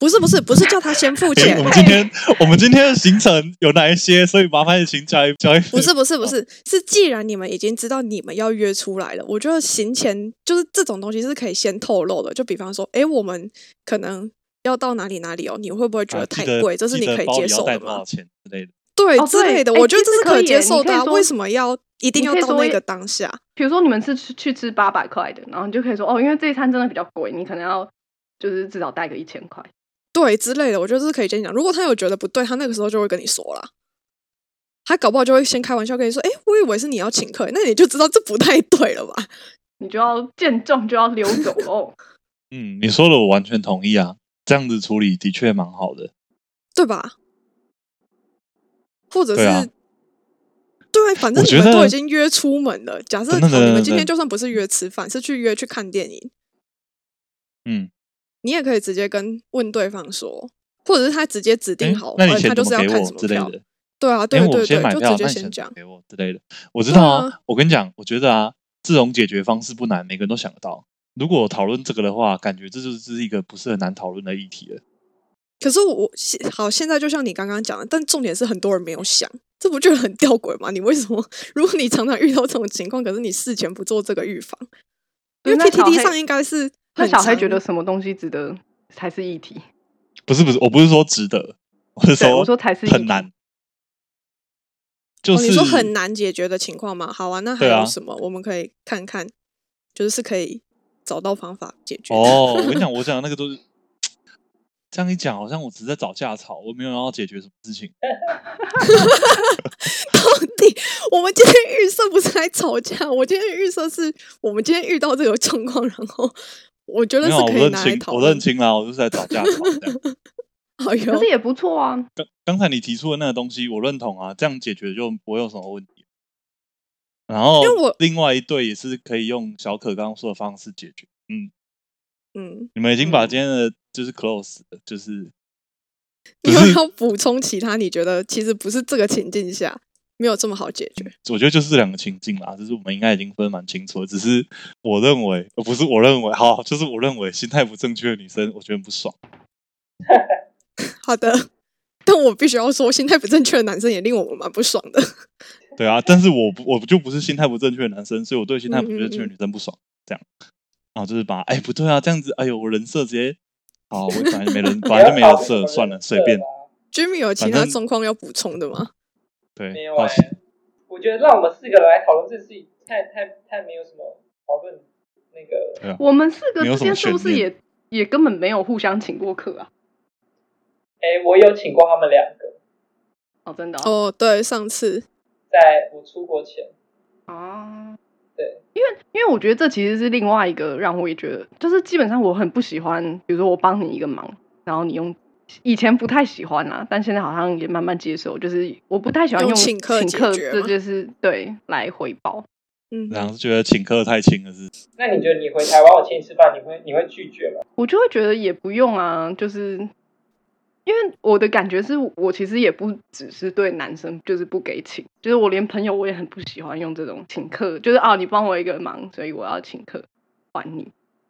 Speaker 1: 不是不是不是叫他先付
Speaker 2: 诶
Speaker 1: 钱哎
Speaker 2: 我，们今天我们今天的行程有哪一些？所以麻烦请教一教一。
Speaker 1: 不是不是不
Speaker 4: 哦
Speaker 1: 是，是既然你们已经知道你们要约出来了，我觉得行前就是这种东西是可以先透露的。就比方说，诶，我们可能要到哪里哪里哦，你会不会觉
Speaker 2: 啊，
Speaker 1: 得
Speaker 2: 记
Speaker 1: 太
Speaker 2: 得
Speaker 1: 贵？这是
Speaker 2: 记
Speaker 1: 你
Speaker 2: 得
Speaker 1: 可以
Speaker 2: 包
Speaker 1: 接
Speaker 2: 里要
Speaker 1: 受
Speaker 2: 带
Speaker 1: 的
Speaker 2: 多少
Speaker 1: 吗？
Speaker 2: 钱之类的。
Speaker 1: 对
Speaker 4: 哦
Speaker 1: 之类的，
Speaker 4: 对
Speaker 1: 我觉得
Speaker 4: 诶其
Speaker 1: 这
Speaker 4: 实
Speaker 1: 是
Speaker 4: 可以
Speaker 1: 接
Speaker 4: 耶
Speaker 1: 受的、
Speaker 4: 你
Speaker 1: 啊。
Speaker 4: 可以说
Speaker 1: 为什么要一定
Speaker 4: 你
Speaker 1: 要
Speaker 4: 可以
Speaker 1: 到
Speaker 4: 说
Speaker 1: 那个当下？
Speaker 4: 比如说你们是去去吃八百块的，然后你就可以说哦，因为这一餐真的比较贵，你可能要就是至少带个一千块。
Speaker 1: 对之类的，我觉得这是可以先讲。如果他有觉得不对，他那个时候就会跟你说啦。他搞不好就会先开玩笑跟你说：“诶，我以为是你要请客，那你就知道这不太对了吧？”
Speaker 4: 你就要见重就要溜 走哦喽。
Speaker 2: 嗯，你说的我完全同意啊，这样子处理的确蛮好的。
Speaker 1: 对吧？或者是
Speaker 2: 对啊
Speaker 1: 对啊反正
Speaker 2: 我
Speaker 1: 你
Speaker 2: 觉
Speaker 1: 们都
Speaker 2: 得
Speaker 1: 已经约出门了。假设
Speaker 2: 等等
Speaker 1: 好你们
Speaker 2: 等
Speaker 1: 今
Speaker 2: 等
Speaker 1: 天就算不是约吃饭，是去约去看电影，
Speaker 2: 嗯，
Speaker 1: 你也可以直接跟问对方说，或者是他直接指定
Speaker 2: 诶
Speaker 1: 好，
Speaker 2: 那你
Speaker 1: 呃
Speaker 2: 钱
Speaker 1: 他就
Speaker 2: 怎
Speaker 1: 是要
Speaker 2: 么给
Speaker 1: 看
Speaker 2: 我
Speaker 1: 什么
Speaker 2: 之类
Speaker 1: 票。
Speaker 2: 的？
Speaker 1: 对啊，对
Speaker 2: 哎，
Speaker 1: 对
Speaker 2: 我先
Speaker 1: 对，
Speaker 2: 买
Speaker 1: 就
Speaker 2: 票
Speaker 1: 直，接
Speaker 2: 那你
Speaker 1: 先
Speaker 2: 钱怎
Speaker 1: 讲
Speaker 2: 么。给我之类的。我知
Speaker 1: 对
Speaker 2: 道啊
Speaker 1: 啊，
Speaker 2: 我跟你讲，我觉得啊，这种解决方式不难，每个人都想得到。如果讨论这个的话，感觉这就是一个不是很难讨论的议题了。
Speaker 1: 可是我现好，现在就像你刚刚讲的，但重点是很多人没有想，这不就是很吊诡吗？你为什么？ 如果你常常遇到这种情况，可是你事前不做这个预防，因为
Speaker 4: 对那小
Speaker 1: PTT
Speaker 4: 黑
Speaker 1: 上应该是
Speaker 4: 那
Speaker 1: 很欸
Speaker 4: 小黑
Speaker 1: 常
Speaker 4: 觉得什么东西值得才是议题？
Speaker 2: 不是不是，我不是说值得，我是
Speaker 4: 对，
Speaker 2: 说
Speaker 4: 我说才是议题
Speaker 2: 很难，，就
Speaker 1: 哦，
Speaker 2: 是、
Speaker 1: 你说很难解决的情况吗？好啊，那还
Speaker 2: 对
Speaker 1: 有
Speaker 2: 啊
Speaker 1: 什么我们可以看看，就是是可以找到方法解决的？
Speaker 2: 哦。我跟你讲，我讲的那个都是这样一讲，好像我只是在找架吵，我没有要解决什么事情。
Speaker 1: 到底我们今天预设不是来吵架，我今天预设是我们今天遇到这个状况，然后我觉得
Speaker 2: 没
Speaker 1: 是
Speaker 2: 有啊，我
Speaker 1: 可以
Speaker 2: 认
Speaker 1: 拿来
Speaker 2: 清，
Speaker 1: 讨
Speaker 2: 我
Speaker 1: 论哎
Speaker 2: 认。清啦，我就是在找架吵这样。
Speaker 1: 好
Speaker 4: 可
Speaker 1: 哟
Speaker 4: 是，也不错啊。
Speaker 2: 刚刚才你提出的那个东西，我认同啊，这样解决就不会有什么问题。然后
Speaker 1: 因为我，
Speaker 2: 另外一对也是可以用小可刚刚说的方式解决。嗯，
Speaker 1: 嗯，
Speaker 2: 你们已经把
Speaker 4: 嗯
Speaker 2: 今天的就是 close，了就是
Speaker 1: 你
Speaker 2: 不
Speaker 1: 要
Speaker 2: 是
Speaker 1: 要补充其他你觉得其实不是这个情境下没有这么好解决。
Speaker 2: 我觉得就是这两个情境啦，就是我们应该已经分得蛮清楚了。只是我认为，呃，不是我认为，好，就是我认为心态不正确的女生，我觉得很不爽。
Speaker 1: 好的， 但我必须要说，心态不正确的男生也令我们蛮不爽的。
Speaker 2: 对啊，但是我不，我就不是心态不正确的男生，所以我对心态不正确的
Speaker 1: 嗯嗯嗯
Speaker 2: 女生不爽。这样，然后就是把，哎，不对啊，这样子，哎呦，我人设直接，好，我本来就没人，本来就没人设，算了，随便。
Speaker 1: Jimmy 有其
Speaker 2: 反
Speaker 1: 他
Speaker 2: 正
Speaker 1: 状况要补充的吗？
Speaker 2: 对，
Speaker 3: 没有
Speaker 2: 抱
Speaker 3: 哎、
Speaker 2: 歉，
Speaker 3: 我觉得让我们四个人来讨论这事情，太太太没有什么讨论那个。
Speaker 2: 对啊，
Speaker 4: 我们四个
Speaker 2: 没有
Speaker 4: 之
Speaker 2: 什么
Speaker 4: 间是不
Speaker 2: 悬
Speaker 4: 是
Speaker 2: 念
Speaker 4: 也也根本没有互相请过客啊？
Speaker 3: 哎、我有请过他们两个，
Speaker 4: 哦，真的哦。
Speaker 1: 哦，对，上次
Speaker 3: 在我出国前，
Speaker 4: 啊
Speaker 3: 对，
Speaker 4: 因为我觉得这其实是另外一个让我也觉得，就是基本上我很不喜欢，比如说我帮你一个忙，然后你用以前不太喜欢啊啦，但现在好像也慢慢接受，就是我不太喜欢
Speaker 1: 用
Speaker 4: 用
Speaker 1: 请客解决
Speaker 4: 这
Speaker 1: 吗
Speaker 4: 就是对来回报。
Speaker 1: 嗯
Speaker 2: 然后是觉得请客太轻了是不是。
Speaker 3: 那你觉得你回台湾我请你吃饭，你会你会拒绝吗？
Speaker 4: 我就会觉得也不用啊，就是因为我的感觉是我其实也不只是对男生就是不给请，就是我连朋友我也很不喜欢用这种请客，就是啊你帮我一个忙，所以我要请客还你。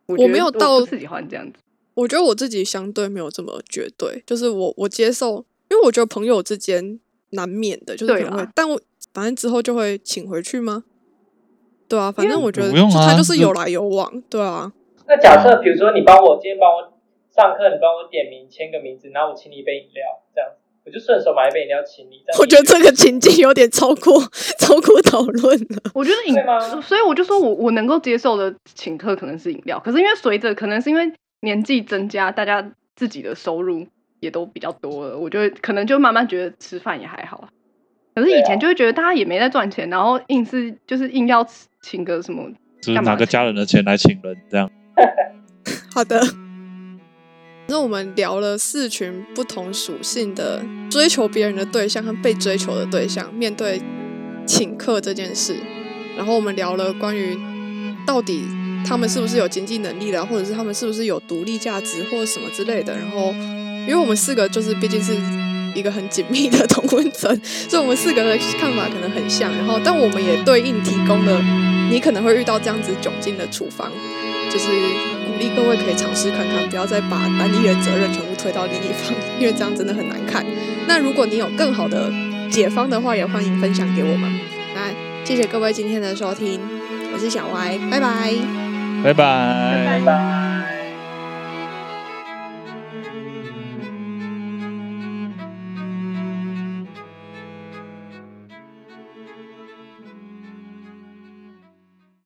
Speaker 4: 我
Speaker 1: 我
Speaker 4: 觉
Speaker 1: 没
Speaker 4: 得
Speaker 1: 有
Speaker 4: 不
Speaker 1: 到
Speaker 4: 不喜欢这样子，
Speaker 1: 我觉得我自己相对没有这么绝对，就是我我接受，因为我觉得朋友之间难免的，就是可
Speaker 4: 对
Speaker 1: 能会
Speaker 4: 啦，
Speaker 1: 但我反正之后就会请回去吗？对啊，反正我觉得
Speaker 2: 不用
Speaker 1: 就
Speaker 2: 啊
Speaker 1: 他就是
Speaker 2: 就
Speaker 1: 有来有往，对啊，
Speaker 3: 那假
Speaker 2: 嗯
Speaker 3: 设比如说你帮我今天帮我上课，你帮我点名签个名字，然后我请你一杯饮料，这样我就顺手买一杯饮料请你。这样
Speaker 1: 我觉得这个情境有点超过 超过讨论了。
Speaker 4: 我觉得饮
Speaker 3: 会吗，
Speaker 4: 所以我就说我我能够接受的请客可能是饮料，可是因为随着可能是因为年纪增加，大家自己的收入也都比较多了，我就会可能就慢慢觉得吃饭也还好啊。可是以
Speaker 3: 对啊
Speaker 4: 前就会觉得大家也没在赚钱，然后硬是就是硬要吃请个什么，
Speaker 2: 就是
Speaker 4: 干嘛
Speaker 2: 拿个
Speaker 4: 请
Speaker 2: 家人的钱来请人这样。
Speaker 1: 好的，那我们聊了四群不同属性的追求别人的对象和被追求的对象，面对请客这件事，然后我们聊了关于到底他们是不是有经济能力啦，或者是他们是不是有独立价值或者什么之类的。然后，因为我们四个就是毕竟是一个很紧密的同温层，所以我们四个的看法可能很像。然后，但我们也对应提供了你可能会遇到这样子窘境的处方，就是鼓励各位可以尝试看看，不要再把单一的责任全部推到另一方，因为这样真的很难看。那如果你有更好的解方的话，也欢迎分享给我们。那谢谢各位今天的收听，我是小歪，拜拜。
Speaker 2: 拜拜
Speaker 3: 拜拜。